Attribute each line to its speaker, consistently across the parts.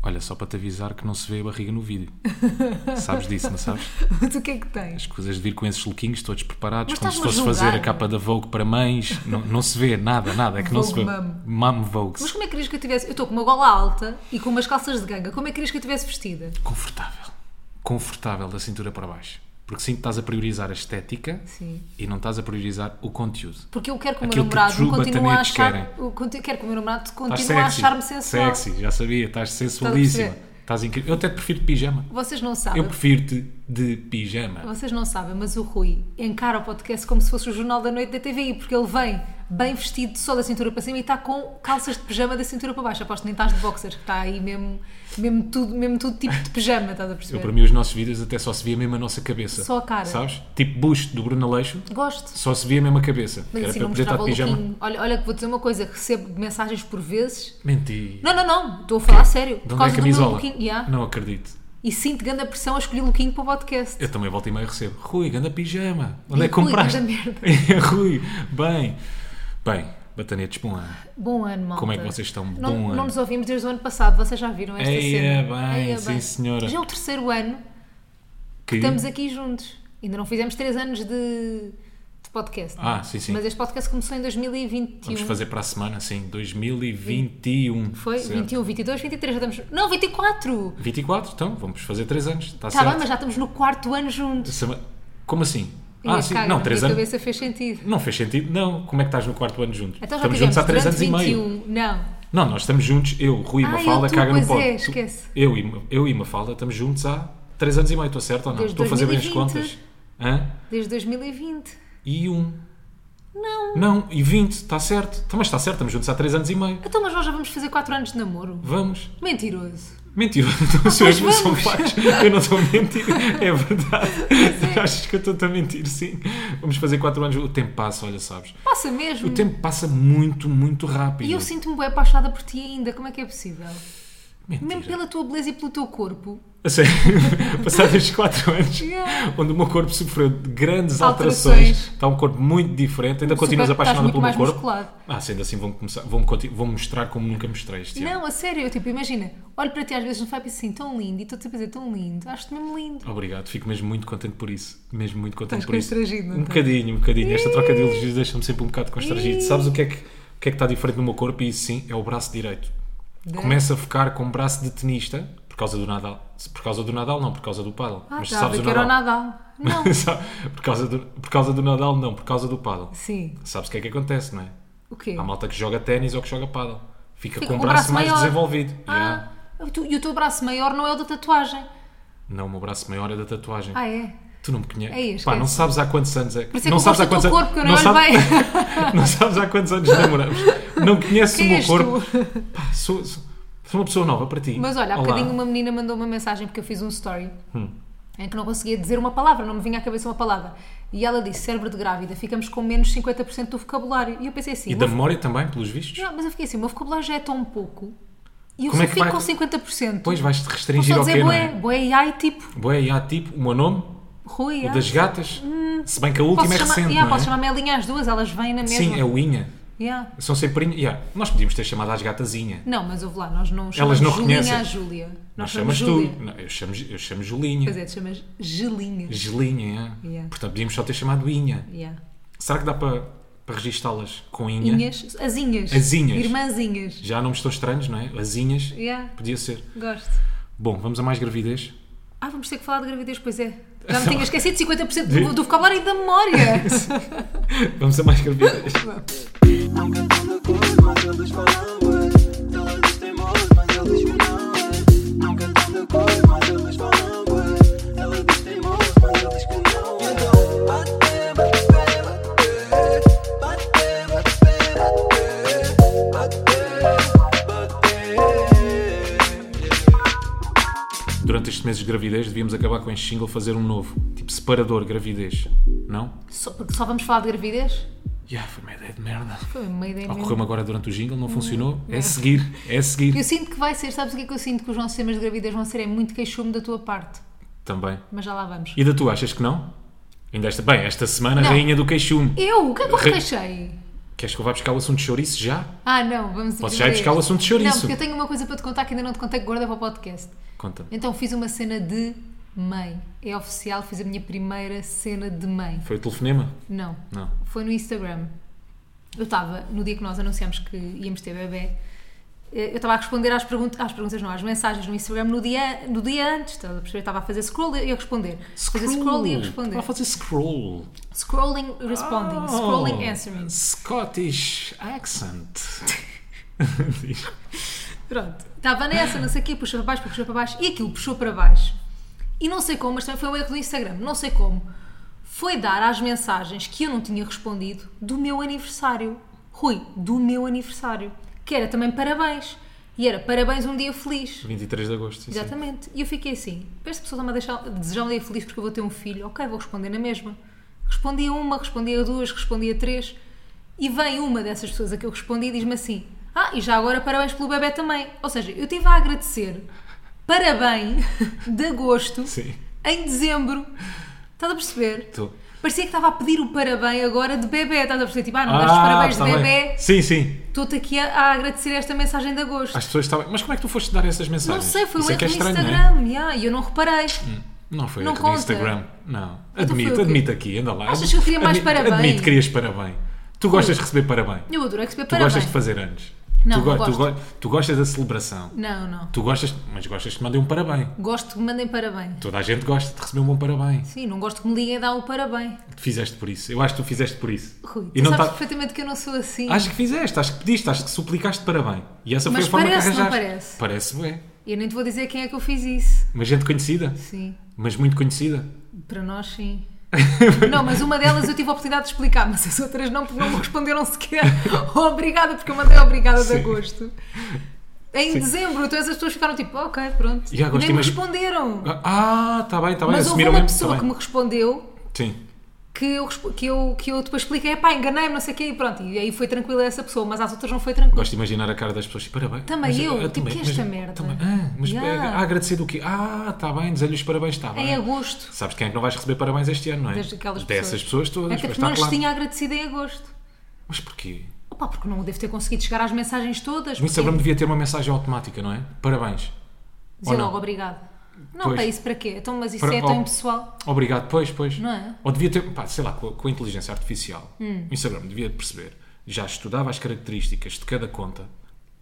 Speaker 1: Olha, só para te avisar que não se vê a barriga no vídeo. sabes disso, não sabes?
Speaker 2: Mas o que é que tens?
Speaker 1: As coisas de vir com esses lookinhos todos preparados,
Speaker 2: Mas
Speaker 1: como se
Speaker 2: estás-me
Speaker 1: fosse
Speaker 2: a
Speaker 1: fazer a
Speaker 2: julgar?
Speaker 1: capa da Vogue para mães. não, não se vê nada, nada. É que não se vê.
Speaker 2: Vogue
Speaker 1: Mom,
Speaker 2: Mom.
Speaker 1: Vogue.
Speaker 2: Mas como é que querias que eu tivesse? Eu estou com uma gola alta e com umas calças de ganga. Como é que querias que eu tivesse vestida?
Speaker 1: Confortável. Confortável da cintura para baixo. Porque sim, estás a priorizar a estética
Speaker 2: Sim.
Speaker 1: e não estás a priorizar o conteúdo.
Speaker 2: Porque eu quero que o meu
Speaker 1: Aquilo que
Speaker 2: namorado
Speaker 1: te juba
Speaker 2: continue
Speaker 1: também é
Speaker 2: a
Speaker 1: que
Speaker 2: achar.
Speaker 1: querem.
Speaker 2: o conte- Quero que o meu namorado
Speaker 1: Estás
Speaker 2: continue a
Speaker 1: sexy.
Speaker 2: achar-me sensual.
Speaker 1: Sexy, já sabia. Estás sensualíssima.
Speaker 2: perceber?
Speaker 1: Estás incrível. Eu até te prefiro de pijama.
Speaker 2: Vocês não sabem.
Speaker 1: Eu prefiro-te de pijama.
Speaker 2: Vocês não sabem, mas o Rui encara o podcast como se fosse o Jornal da Noite da TVI, porque ele vem bem vestido só da cintura para cima e está com calças de pijama da cintura para baixo. Aposto que nem estás de boxers, que está aí mesmo, mesmo, tudo, mesmo tudo tipo de pijama, estás a
Speaker 1: Eu,
Speaker 2: perceber?
Speaker 1: para mim, os nossos vídeos até só se via mesmo a nossa cabeça.
Speaker 2: Só a cara.
Speaker 1: Sabes? Tipo busto do Bruno Aleixo,
Speaker 2: Gosto.
Speaker 1: só se via mesmo a cabeça.
Speaker 2: Mas
Speaker 1: Era
Speaker 2: assim
Speaker 1: para
Speaker 2: não
Speaker 1: eu poder estar
Speaker 2: mostrava
Speaker 1: de
Speaker 2: o
Speaker 1: pijama.
Speaker 2: lookinho. Olha, olha que vou dizer uma coisa, recebo mensagens por vezes.
Speaker 1: Menti.
Speaker 2: Não, não, não, estou a falar a sério.
Speaker 1: De onde é a camisola?
Speaker 2: lookinho. Yeah.
Speaker 1: Não acredito.
Speaker 2: E sinto grande a pressão a escolher lookinho para o podcast.
Speaker 1: Eu também volta e meia recebo. Rui, ganda pijama. Onde é que
Speaker 2: Rui,
Speaker 1: compraste?
Speaker 2: ganda merda.
Speaker 1: Rui, bem. Bem, batanetes, bom ano.
Speaker 2: Bom ano, malta.
Speaker 1: Como é que vocês estão?
Speaker 2: Não,
Speaker 1: Bom
Speaker 2: não
Speaker 1: ano.
Speaker 2: nos ouvimos desde o ano passado, vocês já viram esta
Speaker 1: Eia
Speaker 2: cena.
Speaker 1: bem,
Speaker 2: Eia
Speaker 1: sim, senhora.
Speaker 2: Já é o terceiro ano
Speaker 1: Que...
Speaker 2: Estamos aqui juntos. Ainda não fizemos três anos de, de podcast. não é?
Speaker 1: Ah, sim, sim.
Speaker 2: Mas este podcast começou em 2021.
Speaker 1: Vamos fazer para a semana, sim. 2021.
Speaker 2: Foi
Speaker 1: certo.
Speaker 2: 21, 22, 23. Já estamos... Não, 24!
Speaker 1: 24, então, vamos fazer 3 anos. Está
Speaker 2: Está
Speaker 1: certo.
Speaker 2: Tá bem, mas já estamos no quarto ano juntos.
Speaker 1: Sema- Como assim?
Speaker 2: E
Speaker 1: ah,
Speaker 2: a
Speaker 1: sim,
Speaker 2: caga,
Speaker 1: não,
Speaker 2: na
Speaker 1: 3
Speaker 2: minha
Speaker 1: anos.
Speaker 2: cabeça fez sentido.
Speaker 1: Não fez sentido, não. Como é que estás no quarto ano juntos?
Speaker 2: Então já
Speaker 1: estamos
Speaker 2: fizemos
Speaker 1: juntos há 3 anos
Speaker 2: durante
Speaker 1: e meio.
Speaker 2: 21. Não.
Speaker 1: Não, nós estamos juntos, eu, Rui e
Speaker 2: Ah,
Speaker 1: Mafalda,
Speaker 2: eu, tu,
Speaker 1: caga no
Speaker 2: pois
Speaker 1: pó.
Speaker 2: é,
Speaker 1: Tu-
Speaker 2: esquece.
Speaker 1: Eu e, eu e Mafalda estamos juntos há 3 anos e meio, estou certo ou não?
Speaker 2: Desde
Speaker 1: estou a fazer bem as
Speaker 2: 2020.
Speaker 1: contas. Hã?
Speaker 2: Desde 2020.
Speaker 1: E 1.
Speaker 2: Não.
Speaker 1: Não, e 20, está certo. Então, mas está certo, estamos juntos há 3 anos e meio.
Speaker 2: Então, mas nós já vamos fazer quatro anos de namoro.
Speaker 1: Vamos.
Speaker 2: Mentiroso.
Speaker 1: Mentira, não sou eu,
Speaker 2: pois
Speaker 1: não são
Speaker 2: vamos.
Speaker 1: factos. Eu não estou a mentir, é verdade.
Speaker 2: é.
Speaker 1: Achas que eu estou a mentir, sim. Vamos fazer 4 anos, o tempo passa, olha, sabes.
Speaker 2: Passa mesmo.
Speaker 1: O tempo passa muito, muito rápido.
Speaker 2: E eu sinto-me bem apaixonada por ti ainda. Como é que é possível?
Speaker 1: Mentira.
Speaker 2: Mesmo pela tua beleza e pelo teu corpo.
Speaker 1: A sério, passados estes 4 anos,
Speaker 2: Yeah.
Speaker 1: onde o meu corpo sofreu de grandes alterações.
Speaker 2: Alterações.
Speaker 1: está um corpo muito diferente, ainda Então, continuas
Speaker 2: Super- estás
Speaker 1: apaixonada
Speaker 2: muito
Speaker 1: pelo meu
Speaker 2: mais
Speaker 1: corpo.
Speaker 2: musculado.
Speaker 1: Ah, sendo assim, vão começar, vão, conti- vão mostrar como nunca mostrei este ano.
Speaker 2: Não, a sério, eu tipo, imagina, olho para ti às vezes no Fábio assim, tão lindo, e estou-te a dizer tão lindo, acho-te mesmo lindo.
Speaker 1: Obrigado, fico mesmo muito contente por isso. Mesmo muito contente
Speaker 2: Estás
Speaker 1: Hum, por isso.
Speaker 2: constrangido, não
Speaker 1: Um
Speaker 2: estás?
Speaker 1: bocadinho, um bocadinho. Esta troca de elogios deixa-me sempre um bocado constrangido.
Speaker 2: Ih.
Speaker 1: Sabes o que, é que, o que é que está diferente no meu corpo? E isso sim, é o braço direito.
Speaker 2: Dá.
Speaker 1: Começa a ficar com o braço de tenista, por causa do Nadal. Por causa do Nadal, não, por causa do paddle.
Speaker 2: Ah, estava que era o Nadal. Não,
Speaker 1: Sabe- por, causa do, por causa do Nadal, não, por causa do paddle.
Speaker 2: sim.
Speaker 1: Sabes o que é que acontece, não é?
Speaker 2: O quê?
Speaker 1: Há malta que joga ténis ou que joga paddle. Fica,
Speaker 2: Fica
Speaker 1: com o braço, mais
Speaker 2: maior.
Speaker 1: desenvolvido. Yeah.
Speaker 2: Ah, o teu- e o teu braço maior não é o da tatuagem.
Speaker 1: Não, o meu braço maior é da tatuagem.
Speaker 2: Ah, é?
Speaker 1: Tu não me conheces.
Speaker 2: É isso,
Speaker 1: Pá, não
Speaker 2: esquece.
Speaker 1: sabes há quantos anos é. Por
Speaker 2: isso é que eu gosto do teu corpo, que eu não é? olho
Speaker 1: é não sabes há quantos anos namoramos. Não conheces
Speaker 2: Quem
Speaker 1: é o meu
Speaker 2: és
Speaker 1: corpo. Pá, sou, sou- sou uma pessoa nova para ti.
Speaker 2: Mas olha, há
Speaker 1: Olá. Hum.
Speaker 2: bocadinho uma menina mandou uma mensagem porque eu fiz um story em que não conseguia dizer uma palavra, não me vinha à cabeça uma palavra. E ela disse, cérebro de grávida, ficamos com menos 50% do vocabulário. E eu pensei assim,
Speaker 1: E
Speaker 2: o
Speaker 1: da
Speaker 2: meu-
Speaker 1: memória também, pelos vistos.
Speaker 2: não, mas eu fiquei assim, o meu vocabulário já é tão pouco e eu
Speaker 1: Como
Speaker 2: só
Speaker 1: é que
Speaker 2: fico
Speaker 1: vai-
Speaker 2: com 50%.
Speaker 1: Depois vais-te
Speaker 2: Vou
Speaker 1: restringir
Speaker 2: só
Speaker 1: ao
Speaker 2: dizer
Speaker 1: quê, não
Speaker 2: boé,
Speaker 1: é?
Speaker 2: boé e ai, tipo,
Speaker 1: Boé, e há tipo o meu nome,
Speaker 2: Rui,
Speaker 1: o
Speaker 2: ah.
Speaker 1: das gatas. Se bem que a última
Speaker 2: posso,
Speaker 1: é
Speaker 2: chamar,
Speaker 1: recente,
Speaker 2: yeah,
Speaker 1: não é?
Speaker 2: posso chamar a Melinha às duas, elas vêm na mesma.
Speaker 1: Sim, é o Inha.
Speaker 2: Yeah.
Speaker 1: São sempre Inha. Yeah. Nós podíamos ter chamado às gatazinha.
Speaker 2: Não, mas ouve lá, nós não
Speaker 1: Elas
Speaker 2: chamamos
Speaker 1: não
Speaker 2: Julinha
Speaker 1: reconhecem.
Speaker 2: à Júlia.
Speaker 1: Nós
Speaker 2: Nós
Speaker 1: chamas
Speaker 2: chamamos
Speaker 1: tu.
Speaker 2: Júlia.
Speaker 1: Não, eu, chamo, eu chamo Julinha.
Speaker 2: Pois é, te chamas Gelinha.
Speaker 1: Gelinha, é.
Speaker 2: Yeah.
Speaker 1: Portanto, podíamos só ter chamado Inha.
Speaker 2: Yeah.
Speaker 1: Será que dá para, para registá-las com Inha?
Speaker 2: Inhas, asinhas.
Speaker 1: Asinhas.
Speaker 2: Irmãzinhas.
Speaker 1: Já não me estou estranhos, não é? Asinhas.
Speaker 2: Yeah,
Speaker 1: Podia ser.
Speaker 2: gosto.
Speaker 1: Bom, vamos a mais gravidez.
Speaker 2: Ah, vamos ter que falar de gravidez, pois é. Já me tinha esquecido 50% do, do vocabulário e da memória.
Speaker 1: Vamos a mais gravidez.
Speaker 3: Não cantando cores, mas eles falam ué. Elas têm moço, mas eles que não é. Não cantando cores, mas eles falam ué. Elas têm moço, mas eles que não é. Então, bate, bate, bate, bate, bate, bate, bate, bate.
Speaker 1: Durante estes meses de gravidez, devíamos acabar com este single fazer um novo. Tipo separador gravidez. Não?
Speaker 2: Só, porque só vamos falar de gravidez?
Speaker 1: Yeah, foi uma ideia de merda.
Speaker 2: Foi uma ideia É mesmo.
Speaker 1: Ocorreu-me agora durante o jingle, não funcionou. É a seguir. É a seguir.
Speaker 2: Eu sinto que vai ser, sabes o que é que eu sinto? Que os nossos temas de gravidez vão ser é muito queixume da tua parte.
Speaker 1: Também.
Speaker 2: Mas já lá vamos.
Speaker 1: E da tu, achas que não? Ainda esta, bem, esta semana,
Speaker 2: Não.
Speaker 1: rainha do queixume.
Speaker 2: Eu? O que é que eu
Speaker 1: Re-
Speaker 2: queixei?
Speaker 1: Queres que eu vá buscar o assunto de chouriço já?
Speaker 2: Ah, não, vamos
Speaker 1: Posso
Speaker 2: primeiro
Speaker 1: já ir
Speaker 2: a
Speaker 1: buscar o
Speaker 2: este.
Speaker 1: assunto de chouriço.
Speaker 2: Não, porque eu tenho uma coisa para te contar que ainda não te contei que guarda para o podcast.
Speaker 1: Conta-me.
Speaker 2: Então fiz uma cena de mãe. É oficial, fiz a minha primeira cena de mãe.
Speaker 1: Foi o telefonema?
Speaker 2: Não.
Speaker 1: Não.
Speaker 2: Foi no Instagram. Eu estava, no dia que nós anunciámos que íamos ter bebê, eh, eu estava a responder às, pergun às perguntas, não, às mensagens no Instagram no dia, no dia antes. Estás a perceber? Estava a fazer scroll e a responder. Fazer scroll e a responder.
Speaker 1: Vai fazer scroll.
Speaker 2: Scrolling, responding.
Speaker 1: Oh,
Speaker 2: Scrolling, answering.
Speaker 1: Scottish accent. Diz.
Speaker 2: Pronto. Estava nessa, não sei o quê, puxou para baixo, puxou para baixo e aquilo puxou para baixo. E não sei como, mas também foi um erro do Instagram, não sei como. Foi dar às mensagens que eu não tinha respondido do meu aniversário. Rui, do meu aniversário. Que era também parabéns. E era parabéns um dia feliz.
Speaker 1: 23 de agosto. Sim, sim.
Speaker 2: Exatamente. E eu fiquei assim: para esta pessoa está-me a deixar- a desejar um dia feliz porque eu vou ter um filho, ok, vou responder na mesma. Respondi a uma, respondi a duas, respondi a três. E vem uma dessas pessoas a que eu respondi e diz-me assim: Ah, e já agora parabéns pelo bebê também. Ou seja, eu estive a agradecer parabéns de agosto
Speaker 1: Sim.
Speaker 2: em dezembro. Estás a perceber?
Speaker 1: Estou.
Speaker 2: Parecia que estava a pedir o parabéns agora de bebê. Estás a perceber? Tipo, ah, não deste
Speaker 1: Ah,
Speaker 2: parabéns
Speaker 1: tá
Speaker 2: de
Speaker 1: bem.
Speaker 2: bebê.
Speaker 1: Sim, sim.
Speaker 2: Estou-te aqui a, a agradecer esta mensagem de agosto.
Speaker 1: As pessoas estavam. Mas como é que tu foste dar essas
Speaker 2: Não
Speaker 1: mensagens?
Speaker 2: sei, foi um
Speaker 1: Isso é
Speaker 2: erro
Speaker 1: que é
Speaker 2: no
Speaker 1: estranho, não é? Hum.
Speaker 2: Instagram, yeah, e eu não reparei.
Speaker 1: Não foi
Speaker 2: Não
Speaker 1: erro do
Speaker 2: conta. Então
Speaker 1: Instagram. Não.
Speaker 2: foi o
Speaker 1: Admito,
Speaker 2: quê?
Speaker 1: admito aqui, anda lá.
Speaker 2: Achas que eu queria mais
Speaker 1: Admito-
Speaker 2: parabéns?
Speaker 1: Admito, querias parabéns. Tu gostas de receber parabéns.
Speaker 2: Eu adorei receber
Speaker 1: Tu
Speaker 2: parabéns.
Speaker 1: gostas de fazer anos.
Speaker 2: Não,
Speaker 1: tu, go-
Speaker 2: não
Speaker 1: tu
Speaker 2: gosto.
Speaker 1: go- tu gostas da celebração.
Speaker 2: Não, não.
Speaker 1: Tu gostas, mas gostas que te mandem um parabéns.
Speaker 2: Gosto que me mandem parabéns.
Speaker 1: Toda a gente gosta de receber um bom parabéns.
Speaker 2: Sim, não gosto que me liguem a dar o parabéns.
Speaker 1: Tu fizeste por isso. Eu acho que tu fizeste por isso.
Speaker 2: Rui,
Speaker 1: e
Speaker 2: tu
Speaker 1: não
Speaker 2: sabes
Speaker 1: tá-
Speaker 2: perfeitamente que eu não sou assim.
Speaker 1: Acho que fizeste, acho que pediste, acho que suplicaste parabéns. E essa
Speaker 2: Mas
Speaker 1: foi a forma
Speaker 2: parece,
Speaker 1: que
Speaker 2: não
Speaker 1: arranjaste.
Speaker 2: parece?
Speaker 1: Parece, bem.
Speaker 2: Eu nem te vou dizer quem é que eu fiz isso.
Speaker 1: Mas gente conhecida,
Speaker 2: Sim,
Speaker 1: mas muito conhecida.
Speaker 2: para nós sim. Não, mas uma delas eu tive a oportunidade de explicar, mas as outras não, porque não me responderam sequer. obrigada, porque eu mandei obrigada de
Speaker 1: Sim.
Speaker 2: agosto. Em dezembro, então essas pessoas ficaram tipo, ok, pronto.
Speaker 1: E agosto
Speaker 2: nem me
Speaker 1: imagi-
Speaker 2: responderam.
Speaker 1: Ah, está bem, está bem.
Speaker 2: mas houve
Speaker 1: Assumiram
Speaker 2: uma
Speaker 1: mesmo.
Speaker 2: pessoa
Speaker 1: tá
Speaker 2: que
Speaker 1: bem.
Speaker 2: me respondeu
Speaker 1: Sim.
Speaker 2: que eu, respo- que eu, que eu depois expliquei, pá, enganei-me, não sei o quê, e pronto, e aí foi tranquila essa pessoa, mas às outras não foi tranquila.
Speaker 1: Gosto de imaginar a cara das pessoas. tipo, Parabéns.
Speaker 2: Também eu, tipo, que esta merda.
Speaker 1: Também, ah, mas
Speaker 2: Yeah.
Speaker 1: ah, agradecer do quê? Ah, está bem, desejo os parabéns, está bem.
Speaker 2: Em agosto.
Speaker 1: Sabes de quem é que não vais receber parabéns este ano, não é?
Speaker 2: Das- daquelas
Speaker 1: Dessas
Speaker 2: pessoas.
Speaker 1: pessoas todas. pois
Speaker 2: Até porque
Speaker 1: está
Speaker 2: não lhes
Speaker 1: claro.
Speaker 2: tinha agradecido em agosto.
Speaker 1: Mas porquê?
Speaker 2: Opa, porque não devo ter conseguido chegar às mensagens todas.
Speaker 1: O Instagram
Speaker 2: porque
Speaker 1: devia ter uma mensagem automática, não é? Parabéns.
Speaker 2: Dizer
Speaker 1: ou não?
Speaker 2: logo obrigado. Não,
Speaker 1: Pois.
Speaker 2: para isso para quê? Então, mas isso
Speaker 1: Para-
Speaker 2: é tão
Speaker 1: oh.
Speaker 2: impessoal.
Speaker 1: Obrigado, pois, pois.
Speaker 2: Não é? Hum.
Speaker 1: Ou devia ter, pá, sei lá, com a, com a inteligência artificial, o Instagram devia perceber. Já estudava as características de cada conta.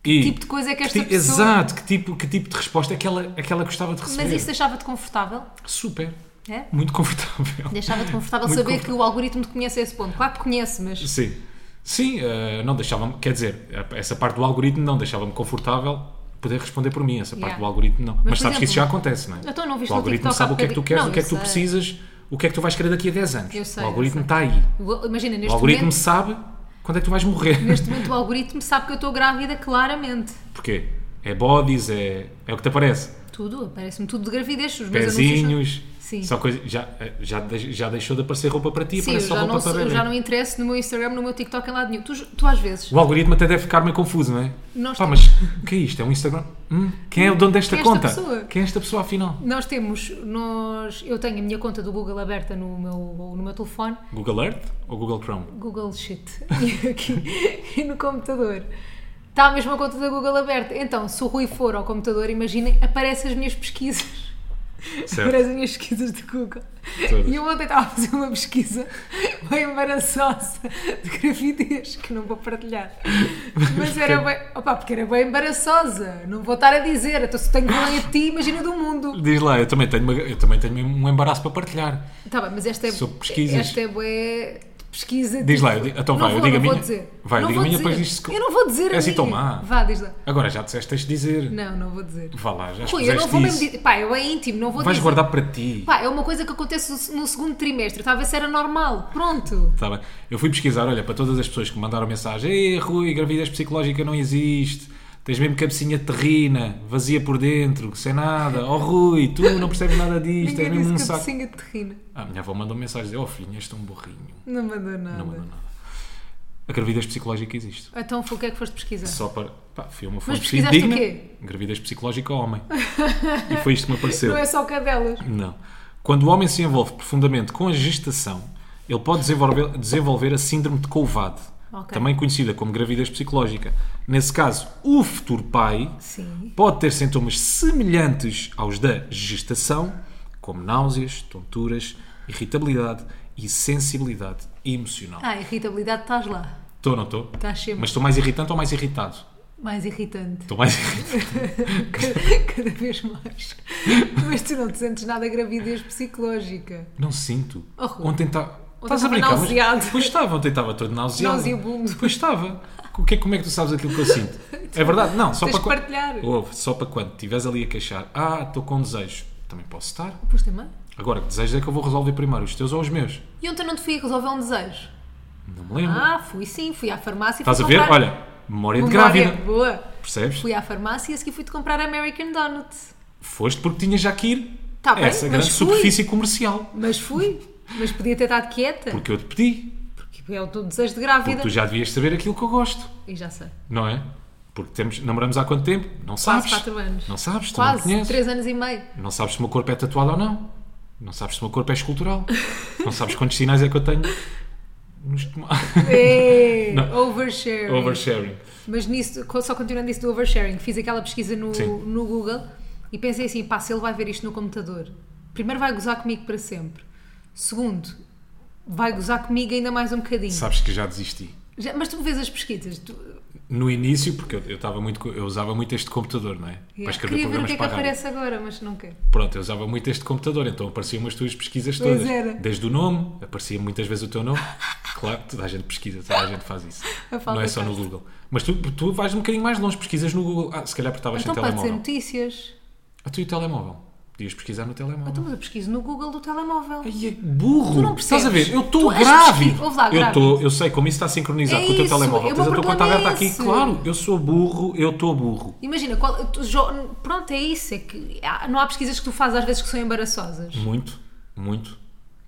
Speaker 1: E
Speaker 2: tipo de coisa é que esta
Speaker 1: ti-
Speaker 2: pessoa-
Speaker 1: Exato, que tipo, que tipo de resposta é que ela, é que ela gostava de receber.
Speaker 2: Mas isso deixava-te confortável,
Speaker 1: Super.
Speaker 2: é?
Speaker 1: Muito confortável.
Speaker 2: Deixava-te confortável
Speaker 1: Muito
Speaker 2: saber
Speaker 1: confortável.
Speaker 2: que o algoritmo te conhece a esse ponto. Claro que conhece, mas
Speaker 1: Sim. Sim, eh, não deixava-me, quer dizer, eh, essa parte do algoritmo não deixava-me confortável poder responder por mim, essa parte
Speaker 2: Yeah.
Speaker 1: do algoritmo não. Mas,
Speaker 2: por
Speaker 1: sabes que
Speaker 2: exemplo,
Speaker 1: isso já acontece, não é?
Speaker 2: então não viste
Speaker 1: o
Speaker 2: no
Speaker 1: algoritmo
Speaker 2: TikTok
Speaker 1: sabe
Speaker 2: há
Speaker 1: o que é que tu
Speaker 2: bocadinho-
Speaker 1: queres,
Speaker 2: Não,
Speaker 1: o que é
Speaker 2: eu
Speaker 1: que tu
Speaker 2: sei.
Speaker 1: precisas, o que é que tu vais querer daqui a 10 anos.
Speaker 2: Eu
Speaker 1: o
Speaker 2: sei, eu
Speaker 1: algoritmo
Speaker 2: sei.
Speaker 1: está aí.
Speaker 2: o- imagina,
Speaker 1: O
Speaker 2: neste
Speaker 1: algoritmo
Speaker 2: momento,
Speaker 1: sabe quando é que tu vais morrer.
Speaker 2: neste momento o algoritmo sabe que eu estou grávida claramente.
Speaker 1: Porquê? É bodies, é, é o que te aparece.
Speaker 2: Tudo, aparece-me tudo de gravidez. Os meus anúncios
Speaker 1: Pezinhos.
Speaker 2: Sim.
Speaker 1: Só coisa, já, eh, já, de- já deixou de aparecer roupa para ti,
Speaker 2: Sim, eu
Speaker 1: aparece só
Speaker 2: já,
Speaker 1: roupa
Speaker 2: não,
Speaker 1: para
Speaker 2: sou- eu
Speaker 1: bebê.
Speaker 2: já não interesso no meu Instagram, no meu TikTok, em lado nenhum. Tu, tu às vezes.
Speaker 1: O algoritmo até deve ficar meio confuso, não é?
Speaker 2: Nós
Speaker 1: Pá,
Speaker 2: temos-
Speaker 1: mas o que é isto? É um Instagram? Hum? Quem é o dono desta
Speaker 2: Quem é esta
Speaker 1: conta?
Speaker 2: pessoa?
Speaker 1: Quem é esta pessoa, afinal?
Speaker 2: Nós temos, nós, eu tenho a minha conta do Google aberta no meu, no meu telefone,
Speaker 1: Google Earth ou Google Chrome?
Speaker 2: Google Shit, e aqui e no computador. Está a mesma conta da Google aberta. Então, se o Rui for ao computador, imaginem, aparecem as minhas pesquisas.
Speaker 1: Certo.
Speaker 2: Aparecem as minhas pesquisas de Google.
Speaker 1: Todas.
Speaker 2: E eu ontem estava a fazer uma pesquisa bem embaraçosa de gravidez, que não vou partilhar. Mas era bem. Opa, porque era bem embaraçosa. Não vou estar a dizer. Então, se tenho vergonha de ti, imagina do mundo.
Speaker 1: Diz lá, eu também tenho, uma- eu também tenho um embaraço para partilhar.
Speaker 2: Tá bem, mas esta é.
Speaker 1: Sobre pesquisas.
Speaker 2: Esta é bué de pesquisa.
Speaker 1: Diz lá, eu
Speaker 2: tipo,
Speaker 1: di- então
Speaker 2: não
Speaker 1: vai, eu
Speaker 2: vou,
Speaker 1: digo a
Speaker 2: não vou
Speaker 1: minha.
Speaker 2: dizer.
Speaker 1: Vai,
Speaker 2: Não
Speaker 1: diga
Speaker 2: vou
Speaker 1: a minha,
Speaker 2: dizer.
Speaker 1: depois diz-se que-
Speaker 2: Eu não vou dizer a
Speaker 1: É assim
Speaker 2: minha.
Speaker 1: tão má.
Speaker 2: Vá, diz lá.
Speaker 1: Agora já disseste, tens de dizer.
Speaker 2: Não, não vou dizer.
Speaker 1: Vá lá, já
Speaker 2: Rui, eu não
Speaker 1: expuseste
Speaker 2: vou
Speaker 1: isso.
Speaker 2: mesmo dizer. Pá, eu é íntimo, não vou
Speaker 1: Vais
Speaker 2: dizer.
Speaker 1: guardar para ti.
Speaker 2: Pá, é uma coisa que acontece no segundo trimestre. Talvez era normal. Pronto.
Speaker 1: Tá bem. Eu fui pesquisar, olha, para todas as pessoas que me mandaram mensagem: Ei, Rui, gravidez psicológica não existe. Tens mesmo cabecinha de terrina, vazia por dentro, sem nada. Oh, Rui, tu não percebes nada disto, és
Speaker 2: Ninguém
Speaker 1: mesmo um
Speaker 2: disse que eu
Speaker 1: saco.
Speaker 2: singa terrina.
Speaker 1: Ah, minha avó mandou mensagem: Oh, filhinho, és tão burrinho.
Speaker 2: Não mandou nada.
Speaker 1: Não mandou nada. A gravidez psicológica existe.
Speaker 2: Então foi o que é que foste pesquisar?
Speaker 1: Só para. Pá, fui a uma fonte
Speaker 2: pesquisaste
Speaker 1: digna.
Speaker 2: o quê?
Speaker 1: Gravidez psicológica ao homem. e foi isto que me apareceu.
Speaker 2: Não é só cadelas.
Speaker 1: Não. Quando o homem se envolve profundamente com a gestação, ele pode desenvolver, desenvolver a síndrome de Covad,
Speaker 2: Ok.
Speaker 1: também conhecida como gravidez psicológica. Nesse caso, o futuro pai
Speaker 2: Sim.
Speaker 1: pode ter sintomas semelhantes aos da gestação, como náuseas, tonturas, irritabilidade e sensibilidade emocional.
Speaker 2: Ah, irritabilidade, estás lá.
Speaker 1: Estou, não estou?
Speaker 2: Estás sempre
Speaker 1: Mas estou mais irritante ou mais irritado?
Speaker 2: mais irritante.
Speaker 1: Estou mais irritante.
Speaker 2: Cada, cada vez mais. Mas tu não te sentes nada gravidez psicológica.
Speaker 1: Não sinto.
Speaker 2: Oh, Rui.
Speaker 1: Ontem estava. Estás a
Speaker 2: estava
Speaker 1: brincar?
Speaker 2: nauseado.
Speaker 1: Mas... Pois estava, ontem estava todo nauseado.
Speaker 2: Nauseabundo.
Speaker 1: Pois estava. O que é, como é que tu sabes aquilo que eu sinto? É verdade? Não, só para.
Speaker 2: Tens de
Speaker 1: quan-
Speaker 2: partilhar.
Speaker 1: Ouve, só para quando estiveres ali a queixar. Ah, estou com desejo. Também posso estar.
Speaker 2: Pois também.
Speaker 1: Agora, que desejos é que eu vou resolver primeiro? Os teus ou os meus?
Speaker 2: E ontem não te fui resolver um desejo?
Speaker 1: Não me lembro.
Speaker 2: Ah, fui sim, fui à farmácia. e fui
Speaker 1: Estás a ver?
Speaker 2: comprar-
Speaker 1: Olha, memória de
Speaker 2: Memória
Speaker 1: grávida.
Speaker 2: Boa.
Speaker 1: Percebes?
Speaker 2: Fui à farmácia e a seguir fui-te comprar American Donut.
Speaker 1: Foste porque tinhas já que ir
Speaker 2: Tá
Speaker 1: a
Speaker 2: bem,
Speaker 1: essa
Speaker 2: mas
Speaker 1: grande
Speaker 2: fui.
Speaker 1: superfície comercial.
Speaker 2: Mas fui. Mas podia ter estado quieta.
Speaker 1: Porque eu te pedi.
Speaker 2: Porque é o teu desejo de
Speaker 1: Porque
Speaker 2: grávida.
Speaker 1: tu já devias saber aquilo que eu gosto.
Speaker 2: E já sei.
Speaker 1: Não é? Porque temos, namoramos há quanto tempo? Não sabes.
Speaker 2: Quase 4 anos.
Speaker 1: Não sabes, tu não me
Speaker 2: Quase,
Speaker 1: conheces.
Speaker 2: 3 anos e meio.
Speaker 1: Não sabes se o meu corpo é tatuado ou não. Não sabes se o meu corpo é escultural. não sabes quantos sinais é que eu tenho. Nos toma-
Speaker 2: Ei,
Speaker 1: Não.
Speaker 2: oversharing.
Speaker 1: Oversharing.
Speaker 2: Mas nisso, só continuando isso do oversharing, fiz aquela pesquisa no,
Speaker 1: Sim.
Speaker 2: no Google e pensei assim: pá, se ele vai ver isto no computador, primeiro vai gozar comigo para sempre. Segundo, vai gozar comigo ainda mais um bocadinho.
Speaker 1: Sabes que já desisti.
Speaker 2: Já- mas tu vês as pesquisas, tu,
Speaker 1: No início, porque eu, eu, estava muito, co- eu usava muito este computador, não é? Para
Speaker 2: yeah.
Speaker 1: escrever
Speaker 2: queria ver o
Speaker 1: programas
Speaker 2: que é que
Speaker 1: para a rádio.
Speaker 2: aparece agora, mas não quero.
Speaker 1: Pronto, eu usava muito este computador, então apareciam as tuas pesquisas
Speaker 2: Pois
Speaker 1: todas.
Speaker 2: era.
Speaker 1: Desde o nome, aparecia muitas vezes o teu nome. Claro, toda a gente pesquisa, toda a gente faz isso.
Speaker 2: A falta
Speaker 1: Não é só no
Speaker 2: faz.
Speaker 1: Google. Mas tu, tu vais um bocadinho mais longe, pesquisas no Google. Ah, se calhar porque estavas sem
Speaker 2: então pode dizer
Speaker 1: telemóvel.
Speaker 2: notícias.
Speaker 1: Ah, tu e o telemóvel? Podias pesquisar no telemóvel.
Speaker 2: Então, mas eu pesquiso no Google do telemóvel.
Speaker 1: Ai, é burro!
Speaker 2: Tu não
Speaker 1: Estás
Speaker 2: percebes.
Speaker 1: a ver? Eu
Speaker 2: Tu
Speaker 1: estou
Speaker 2: és
Speaker 1: grávido!
Speaker 2: pesqui- Ouve lá,
Speaker 1: eu,
Speaker 2: grávido.
Speaker 1: tô, eu sei como isso está sincronizado
Speaker 2: É
Speaker 1: com o teu
Speaker 2: isso,
Speaker 1: telemóvel.
Speaker 2: é o
Speaker 1: Tens a
Speaker 2: meu
Speaker 1: tua conta
Speaker 2: problema é
Speaker 1: aberta aqui.
Speaker 2: esse.
Speaker 1: Claro, eu sou burro, eu estou burro.
Speaker 2: Imagina, qual- tu jo- pronto, é isso. É que há- não há pesquisas que tu fazes às vezes que são embaraçosas.
Speaker 1: Muito, muito.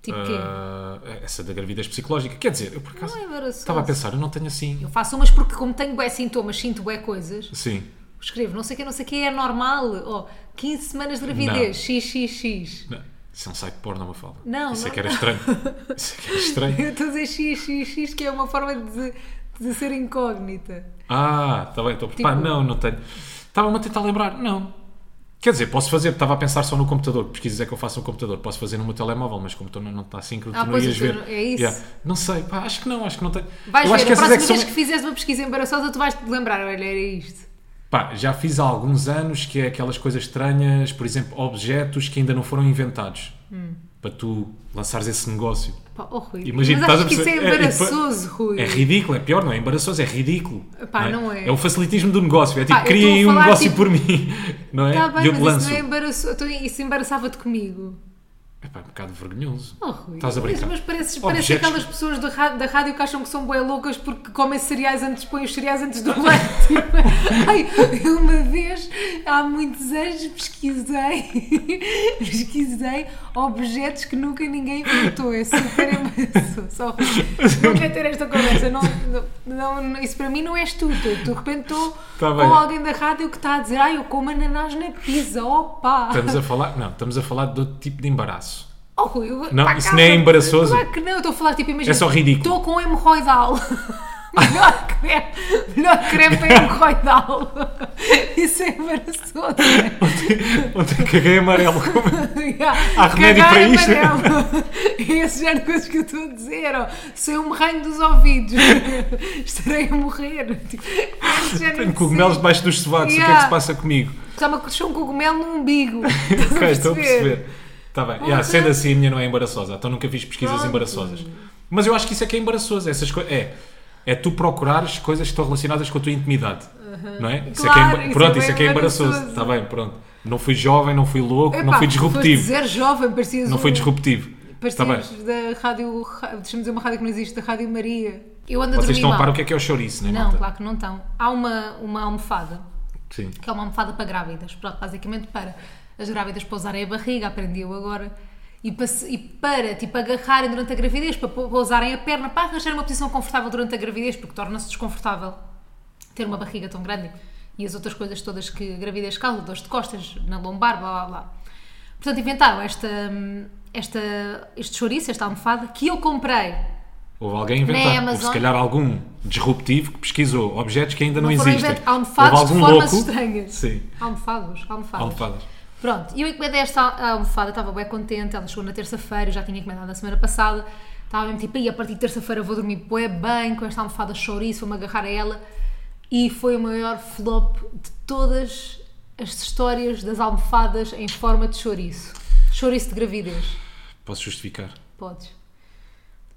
Speaker 2: Tipo quê?
Speaker 1: Ah, essa da gravidez psicológica. Quer dizer, eu por acaso.
Speaker 2: Não é embaraçoso.
Speaker 1: Estava a pensar, eu não tenho assim. um-
Speaker 2: Eu faço umas porque, como tenho bué sintomas, sinto bué coisas,
Speaker 1: Sim.
Speaker 2: escrevo não sei o que, não sei o que, é normal. Ó, 15 semanas de
Speaker 1: Não.
Speaker 2: gravidez, xxx.
Speaker 1: Não. Isso é um site porno, uma fala.
Speaker 2: Não,
Speaker 1: Isso é
Speaker 2: não,
Speaker 1: que era
Speaker 2: não.
Speaker 1: estranho. Isso é que era estranho.
Speaker 2: Eu estou a dizer xxx, que é uma forma de, de ser incógnita.
Speaker 1: Ah, está bem, estou a preparar.
Speaker 2: Tipo-
Speaker 1: Não, não tenho. Estava-me a tentar lembrar. Não. Quer dizer, posso fazer, estava a pensar só no computador, que pesquisas é que eu faço no computador, posso fazer no meu telemóvel, mas como tu não, não está assim, tu
Speaker 2: Ah,
Speaker 1: não
Speaker 2: pois,
Speaker 1: ias
Speaker 2: o teu
Speaker 1: ver.
Speaker 2: não- é isso.
Speaker 1: Não sei, pá, acho que não, acho que não tenho.
Speaker 2: Vais
Speaker 1: eu
Speaker 2: ver,
Speaker 1: acho
Speaker 2: a
Speaker 1: essas
Speaker 2: próxima
Speaker 1: é que são-
Speaker 2: vez que fizeres uma pesquisa embaraçosa, tu vais te lembrar, olha, era isto.
Speaker 1: Pá, já fiz há alguns anos que é aquelas coisas estranhas, por exemplo, objetos que ainda não foram inventados.
Speaker 2: Hum.
Speaker 1: Para tu lançares esse negócio.
Speaker 2: Pá, oh, Rui,
Speaker 1: Imagina, estás
Speaker 2: mas achas
Speaker 1: a
Speaker 2: que isso é
Speaker 1: perceber- é, e depois-
Speaker 2: embaraçoso, Rui.
Speaker 1: É ridículo, é pior, não é? Embaraçoso, é ridículo.
Speaker 2: Pá, não é.
Speaker 1: É o facilitismo do negócio. É tipo,
Speaker 2: Pá, eu
Speaker 1: cria aí
Speaker 2: estou a
Speaker 1: um
Speaker 2: falar,
Speaker 1: negócio
Speaker 2: tipo,
Speaker 1: por mim. Não é?
Speaker 2: Está bem,
Speaker 1: E eu te
Speaker 2: mas isso
Speaker 1: lanço.
Speaker 2: não é embaraçoso. Então, Isso embaraçava-te comigo.
Speaker 1: É pá, um bocado vergonhoso.
Speaker 2: Oh, Rui,
Speaker 1: Estás a brincar.
Speaker 2: Mas, mas pareces,
Speaker 1: Objetos
Speaker 2: pareces aquelas
Speaker 1: que-
Speaker 2: pessoas da rádio, da rádio que acham que são bué loucas porque comem cereais antes, põem os cereais antes do leite. Ai, eu uma vez, há muitos anos, pesquisei, pesquisei objetos que nunca ninguém inventou. É super embaraçoso. Só- Não quero ter esta conversa. Não, não- não- isso para mim não és tu. tu. De repente estou
Speaker 1: Tá
Speaker 2: com
Speaker 1: bem.
Speaker 2: alguém da rádio que está a dizer ai, eu como ananás na pizza. Opa!
Speaker 1: Estamos a falar, não, estamos a falar de outro tipo de embaraço.
Speaker 2: Oh, Rui, eu-
Speaker 1: Não,
Speaker 2: pá,
Speaker 1: isso
Speaker 2: calma.
Speaker 1: nem é embaraçoso.
Speaker 2: Claro que não, eu estou a falar tipo, imagina.
Speaker 1: É só ridículo.
Speaker 2: Estou com hemorroidal. melhor creme, melhor creme para hemorroidal. Isso é embaraçoso.
Speaker 1: Ontem caguei amarelo.
Speaker 2: Há
Speaker 1: remédio para isto?
Speaker 2: É esse género de coisas que eu estou a dizer. ó. Saiu um ranho dos ouvidos. Estarei a morrer. Tipo, é esse género
Speaker 1: Tenho
Speaker 2: de
Speaker 1: cogumelos
Speaker 2: cena.
Speaker 1: debaixo dos sovacos. O que é que
Speaker 2: Yeah.
Speaker 1: se passa comigo?
Speaker 2: Estava a crescer um cogumelo no umbigo.
Speaker 1: Ok, estou a perceber. Está bem. Yeah,
Speaker 2: Ok.
Speaker 1: sendo assim, a minha não é embaraçosa. Então nunca fiz pesquisas
Speaker 2: Pronto.
Speaker 1: embaraçosas. Mas eu acho que isso é que é embaraçoso. Essas coi- é, é tu procurares coisas que estão relacionadas com a tua intimidade. Não é? Isso é que é
Speaker 2: Claro,
Speaker 1: emba-
Speaker 2: isso é
Speaker 1: pronto,
Speaker 2: bem
Speaker 1: isso é que é embaraçoso.
Speaker 2: embaraçoso.
Speaker 1: Está bem, pronto. Não fui jovem, não fui louco, não
Speaker 2: Epá,
Speaker 1: fui
Speaker 2: foste
Speaker 1: disruptivo.
Speaker 2: dizer jovem, parecias
Speaker 1: Não fui
Speaker 2: um-
Speaker 1: disruptivo. Está Tá bem.
Speaker 2: Parecias da rádio, ra- deixa-me dizer uma rádio que não existe, da Rádio Maria. Eu ando a
Speaker 1: Vocês
Speaker 2: dormir
Speaker 1: estão a
Speaker 2: mal.
Speaker 1: par o que é que é o chouriço, não é,
Speaker 2: Não,
Speaker 1: malta?
Speaker 2: claro que não estão. Há uma, uma almofada,
Speaker 1: Sim.
Speaker 2: que é uma almofada para grávidas, pronto, basicamente para as grávidas pousarem a barriga, aprendi eu agora, e para, se- e para, tipo, agarrarem durante a gravidez, para pou- pousarem a perna, para arranjar uma posição confortável durante a gravidez, porque torna-se desconfortável ter uma barriga tão grande e as outras coisas todas que a gravidez causa, dores de costas, na lombar, blá blá blá. Portanto, inventaram esta, esta, este chouriço, esta almofada, que eu comprei
Speaker 1: Houve alguém a inventar.
Speaker 2: Na Amazon-
Speaker 1: Houve, se calhar algum disruptivo que pesquisou objetos que ainda não,
Speaker 2: foram
Speaker 1: existem.
Speaker 2: invent- almofadas
Speaker 1: Houve
Speaker 2: de formas estranhas.
Speaker 1: Sim,
Speaker 2: Almofados, almofadas.
Speaker 1: almofadas.
Speaker 2: Pronto, e eu encomendei esta almofada, estava bem contente, ela chegou na terça-feira, eu já tinha encomendado na semana passada, estava mesmo tipo, "Ei, a partir de terça-feira vou dormir bué bem com esta almofada chouriço, vou-me agarrar a ela, e foi o maior flop de todas as histórias das almofadas em forma de chouriço. Chouriço de gravidez,
Speaker 1: Posso justificar?
Speaker 2: podes.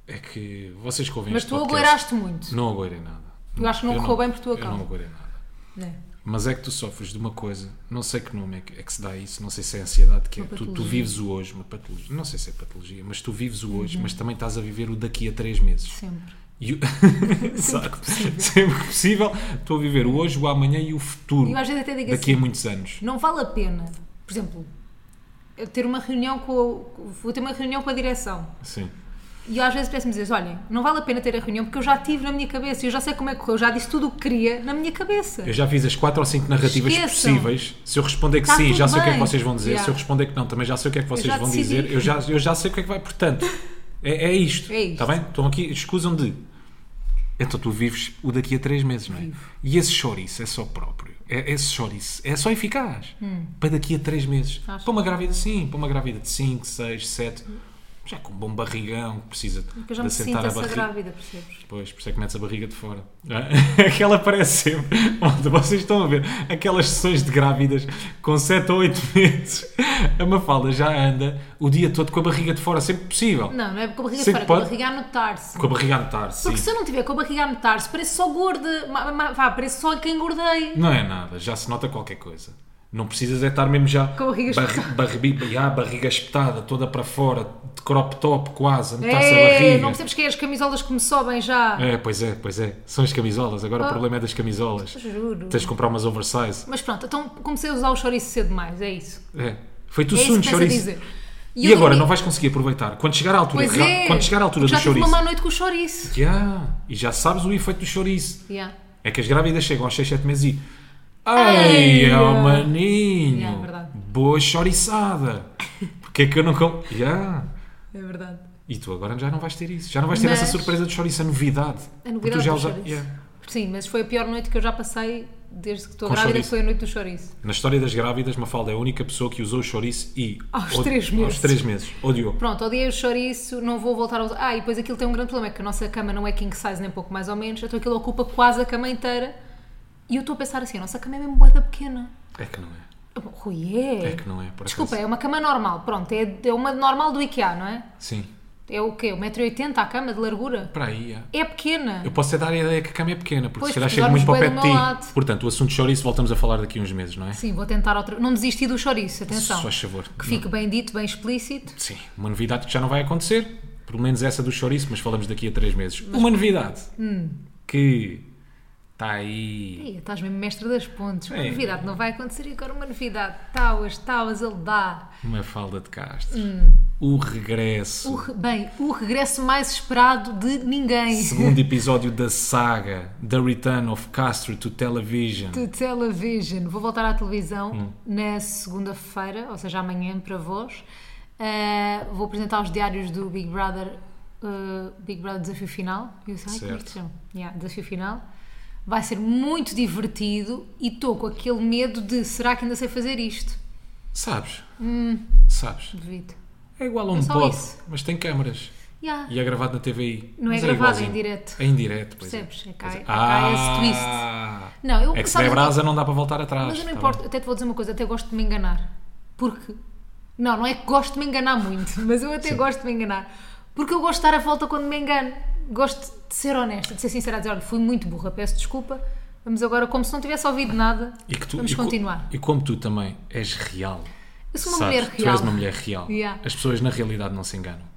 Speaker 1: É que vocês que ouvem
Speaker 2: Mas
Speaker 1: este
Speaker 2: tu
Speaker 1: podcast-
Speaker 2: agoeiraste muito,
Speaker 1: Não agoeirei nada.
Speaker 2: Eu acho que não correu bem por tua
Speaker 1: eu
Speaker 2: causa.
Speaker 1: não agoeirei nada.
Speaker 2: né?
Speaker 1: Mas é que tu sofres de uma coisa, não sei que nome é que, é que se dá isso, não sei se é ansiedade que é.
Speaker 2: Uma
Speaker 1: Tu, tu
Speaker 2: patologia.
Speaker 1: vives o hoje, uma patologia, não sei se é patologia, mas tu vives o
Speaker 2: Uhum.
Speaker 1: hoje, mas também estás a viver o daqui a três meses.
Speaker 2: sempre.
Speaker 1: E o- Exato. Sempre que possível, estou a viver o hoje, o amanhã e o futuro.
Speaker 2: E eu às vezes até digo
Speaker 1: daqui
Speaker 2: assim,
Speaker 1: a muitos anos.
Speaker 2: não vale a pena, por exemplo, eu ter uma reunião com, a- vou ter uma reunião com a direção,
Speaker 1: Sim.
Speaker 2: E eu às vezes parece-me dizer, olhem, não vale a pena ter a reunião porque eu já tive na minha cabeça, eu já sei como é que correu, eu já disse tudo o que queria na minha cabeça.
Speaker 1: Eu já fiz as quatro ou cinco narrativas
Speaker 2: Esqueçam.
Speaker 1: possíveis. Se eu responder que
Speaker 2: Tá
Speaker 1: sim,
Speaker 2: tudo
Speaker 1: já sei o que é que
Speaker 2: bem.
Speaker 1: vocês vão dizer.
Speaker 2: Yeah.
Speaker 1: Se eu responder que não, também já sei o que é que vocês
Speaker 2: já
Speaker 1: vão
Speaker 2: decidi.
Speaker 1: dizer. Eu já, eu já sei o que é que vai. Portanto, é, é isto.
Speaker 2: É isto.
Speaker 1: Está bem? Estão aqui, escusam de. Então tu vives o daqui a três meses, não é? E esse chouriço é só próprio. É, esse chouriço é só eficaz.
Speaker 2: Hum.
Speaker 1: Para daqui a três meses.
Speaker 2: Acho.
Speaker 1: Para uma grávida, sim. Para uma grávida de 5, 6, 7. Já com um bom barrigão, que precisa
Speaker 2: Porque eu já
Speaker 1: de
Speaker 2: me sinto
Speaker 1: assentar a
Speaker 2: essa
Speaker 1: barriga.
Speaker 2: grávida, percebes?
Speaker 1: Pois, por isso é que metes a barriga de fora. é? Aquela parece sempre. Malta, vocês estão a ver aquelas sessões de grávidas com 7 ou 8 meses. A Mafalda já anda o dia todo com a barriga de fora, sempre que possível.
Speaker 2: Não, não é com a barriga
Speaker 1: Sim,
Speaker 2: fora, com a
Speaker 1: pode.
Speaker 2: barriga a notar-se.
Speaker 1: Com a barriga a notar, sim.
Speaker 2: Porque se eu não tiver com a barriga a notar-se, parece só gorda, ma- ma- vá, parece só que engordei.
Speaker 1: Não é nada, já se nota qualquer coisa. Não precisas é estar mesmo já.
Speaker 2: Com a barriga espetada.
Speaker 1: barribi- já, barriga espetada, toda para fora, de crop top quase, a notar-se a
Speaker 2: É,
Speaker 1: barriga.
Speaker 2: não percebes que é as camisolas que me sobem já.
Speaker 1: É, pois é, pois é. São as camisolas, agora o
Speaker 2: Ah.
Speaker 1: problema é das camisolas.
Speaker 2: Juro.
Speaker 1: Tens de comprar umas oversize.
Speaker 2: Mas pronto, então comecei a usar o chouriço cedo mais, é isso.
Speaker 1: É. Foi tu
Speaker 2: é isso
Speaker 1: suno,
Speaker 2: que penso a
Speaker 1: chouriço.
Speaker 2: dizer.
Speaker 1: E,
Speaker 2: eu
Speaker 1: agora
Speaker 2: dormi-
Speaker 1: não vais conseguir aproveitar. Quando chegar à altura,
Speaker 2: Pois
Speaker 1: ra-
Speaker 2: é,
Speaker 1: quando chegar à altura
Speaker 2: já
Speaker 1: do
Speaker 2: tive
Speaker 1: chouriço.
Speaker 2: uma má noite com o chouriço.
Speaker 1: Yeah. E já sabes o efeito do chouriço.
Speaker 2: Yeah.
Speaker 1: É que as grávidas chegam aos 6, 7 meses e.
Speaker 2: Ai,
Speaker 1: Ai, ó
Speaker 2: ah.
Speaker 1: maninho!
Speaker 2: Yeah, é verdade.
Speaker 1: boa chouriçada! Porque é que eu não como. Yeah.
Speaker 2: É verdade.
Speaker 1: E tu agora já não vais ter isso. Já não vais ter essa
Speaker 2: Mas-
Speaker 1: surpresa do chouriço, a novidade.
Speaker 2: A
Speaker 1: Porque
Speaker 2: novidade
Speaker 1: tu já
Speaker 2: do
Speaker 1: usa-
Speaker 2: chouriço.
Speaker 1: Yeah.
Speaker 2: Sim, mas foi a pior noite que eu já passei desde que estou
Speaker 1: Com
Speaker 2: grávida,
Speaker 1: chouriço.
Speaker 2: foi a noite do chouriço.
Speaker 1: Na história das grávidas, Mafalda é a única pessoa que usou o chouriço e.
Speaker 2: Aos
Speaker 1: od-
Speaker 2: três meses.
Speaker 1: Aos 3 meses. Odiou.
Speaker 2: Pronto, odiei o chouriço, não vou voltar a usar. Ah, e depois aquilo tem um grande problema, é que a nossa cama não é king size nem pouco mais ou menos, então aquilo ocupa quase a cama inteira. E eu estou a pensar assim, a nossa cama é mesmo boeda pequena.
Speaker 1: É que não é.
Speaker 2: Ah, bom, Rui, é.
Speaker 1: É que não é, por
Speaker 2: Desculpa,
Speaker 1: acaso.
Speaker 2: é uma cama normal, pronto, é, é uma normal do IKEA, não é?
Speaker 1: Sim.
Speaker 2: É o quê? 1,80m a cama de largura?
Speaker 1: Para aí, yeah.
Speaker 2: É pequena.
Speaker 1: Eu posso é dar a ideia que a cama é pequena, porque
Speaker 2: Pois,
Speaker 1: se calhar
Speaker 2: porque
Speaker 1: chega
Speaker 2: dormes
Speaker 1: muito para o
Speaker 2: bué
Speaker 1: pé
Speaker 2: do
Speaker 1: de
Speaker 2: meu
Speaker 1: ti.
Speaker 2: lado.
Speaker 1: Portanto, o assunto de chouriço voltamos a falar daqui uns meses, não é?
Speaker 2: Sim, vou tentar outra Não desisti do chouriço, atenção.
Speaker 1: Só favor.
Speaker 2: Que fique bem dito, bem explícito.
Speaker 1: Sim, uma novidade que já não vai acontecer. Pelo menos essa do chouriço, mas falamos daqui a três meses. Uma novidade
Speaker 2: Hum.
Speaker 1: que está aí.
Speaker 2: Ei, estás mesmo mestre das pontes. Uma
Speaker 1: É.
Speaker 2: novidade não vai acontecer e agora uma novidade. Tauas, tauas, ele dá.
Speaker 1: Uma falda de Castro. O regresso.
Speaker 2: Hum. O re- Bem, o regresso mais esperado de ninguém.
Speaker 1: Segundo episódio da saga The Return of Castro to Television.
Speaker 2: De television. Vou voltar à televisão na segunda-feira, ou seja, amanhã para vós. Ah, vou apresentar os diários do Big Brother, ah, Big Brother Desafio Final. Eu sei como é que
Speaker 1: Certo.
Speaker 2: se chama. Yeah, Desafio Final. Vai ser muito divertido e estou com aquele medo de será que ainda sei fazer isto?
Speaker 1: Sabes? Sabes?
Speaker 2: Duvido.
Speaker 1: É igual a um
Speaker 2: Hum. só
Speaker 1: pod,
Speaker 2: isso.
Speaker 1: mas tem câmaras.
Speaker 2: Yeah.
Speaker 1: E é gravado na TVI.
Speaker 2: Não é
Speaker 1: Mas
Speaker 2: gravado, é
Speaker 1: igualzinho.
Speaker 2: em direto.
Speaker 1: É em direto, pois é.
Speaker 2: Percebes? É cá,
Speaker 1: Pois
Speaker 2: é cá esse twist. Não, eu
Speaker 1: É que se
Speaker 2: sabes
Speaker 1: der
Speaker 2: o
Speaker 1: brasa não dá para voltar atrás.
Speaker 2: Mas eu não
Speaker 1: tá
Speaker 2: importo, até te vou dizer uma coisa, até gosto de me enganar. Porque. Não, não é que gosto de me enganar muito, mas eu até gosto de me enganar. Porque eu gosto de dar a volta quando me engano. Gosto de ser honesta, de ser sincera, de dizer, olha, fui muito burra, peço desculpa. Vamos agora, como se não tivesse ouvido nada,
Speaker 1: bem. E que tu-
Speaker 2: vamos
Speaker 1: e co-
Speaker 2: continuar.
Speaker 1: E como tu também és real.
Speaker 2: Eu sou uma
Speaker 1: sabes?
Speaker 2: mulher
Speaker 1: Tu
Speaker 2: real.
Speaker 1: és uma mulher real.
Speaker 2: Yeah.
Speaker 1: As pessoas na realidade não se enganam.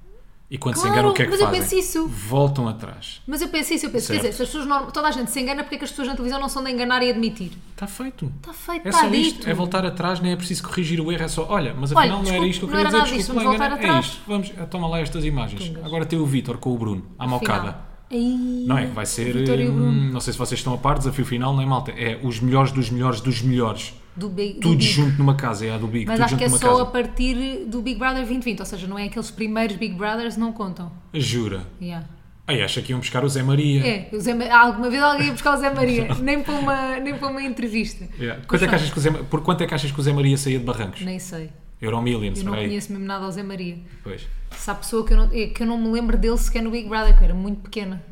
Speaker 1: E quando se
Speaker 2: Claro,
Speaker 1: enganam, o que é que
Speaker 2: mas eu
Speaker 1: fazem?
Speaker 2: penso isso.
Speaker 1: Voltam atrás.
Speaker 2: Mas eu penso isso, eu penso, quer
Speaker 1: Certo.
Speaker 2: dizer, se as pessoas norm- toda a gente se engana, porque é que as pessoas na televisão não são de enganar e admitir?
Speaker 1: Está Tá feito.
Speaker 2: Está Tá feito,
Speaker 1: É
Speaker 2: está
Speaker 1: só
Speaker 2: dito.
Speaker 1: isto, é voltar atrás, nem é preciso corrigir o erro, é só, olha, mas
Speaker 2: Olha,
Speaker 1: afinal não
Speaker 2: desculpe,
Speaker 1: era isto que eu
Speaker 2: não
Speaker 1: queria
Speaker 2: era
Speaker 1: dizer,
Speaker 2: nada disso,
Speaker 1: desculpa,
Speaker 2: vamos
Speaker 1: lá
Speaker 2: voltar
Speaker 1: enganei.
Speaker 2: atrás.
Speaker 1: É isto, vamos, eh, toma lá estas imagens. Agora tem o Vítor com o Bruno, à mocada.
Speaker 2: Ai,
Speaker 1: Não é que vai ser,
Speaker 2: Vitória e o Bruno.
Speaker 1: hum, não sei se vocês estão a par, desafio final, não é malta? É os melhores dos melhores dos melhores.
Speaker 2: Do Big- do
Speaker 1: Tudo
Speaker 2: Big
Speaker 1: junto numa casa, é a do Big,
Speaker 2: Mas
Speaker 1: tudo
Speaker 2: acho
Speaker 1: junto
Speaker 2: que é
Speaker 1: numa
Speaker 2: só a
Speaker 1: casa.
Speaker 2: partir do Big Brother 2020, ou seja, não é aqueles primeiros Big Brothers, não contam.
Speaker 1: Jura?
Speaker 2: Yeah.
Speaker 1: Ai, acha que iam buscar o Zé Maria.
Speaker 2: É, o Zé Ma- alguma vez alguém ia buscar o Zé Maria, nem para uma, nem para uma entrevista.
Speaker 1: Yeah. Quanto é que achas que o Zé- por quanto é que achas que o Zé Maria saía de Barrancos?
Speaker 2: Nem sei.
Speaker 1: Euro Millions,
Speaker 2: Eu não
Speaker 1: espera aí.
Speaker 2: conheço mesmo nada ao Zé Maria.
Speaker 1: Pois.
Speaker 2: Se há pessoa que eu, não, é, que eu não me lembro dele sequer no Big Brother, que eu era muito pequena.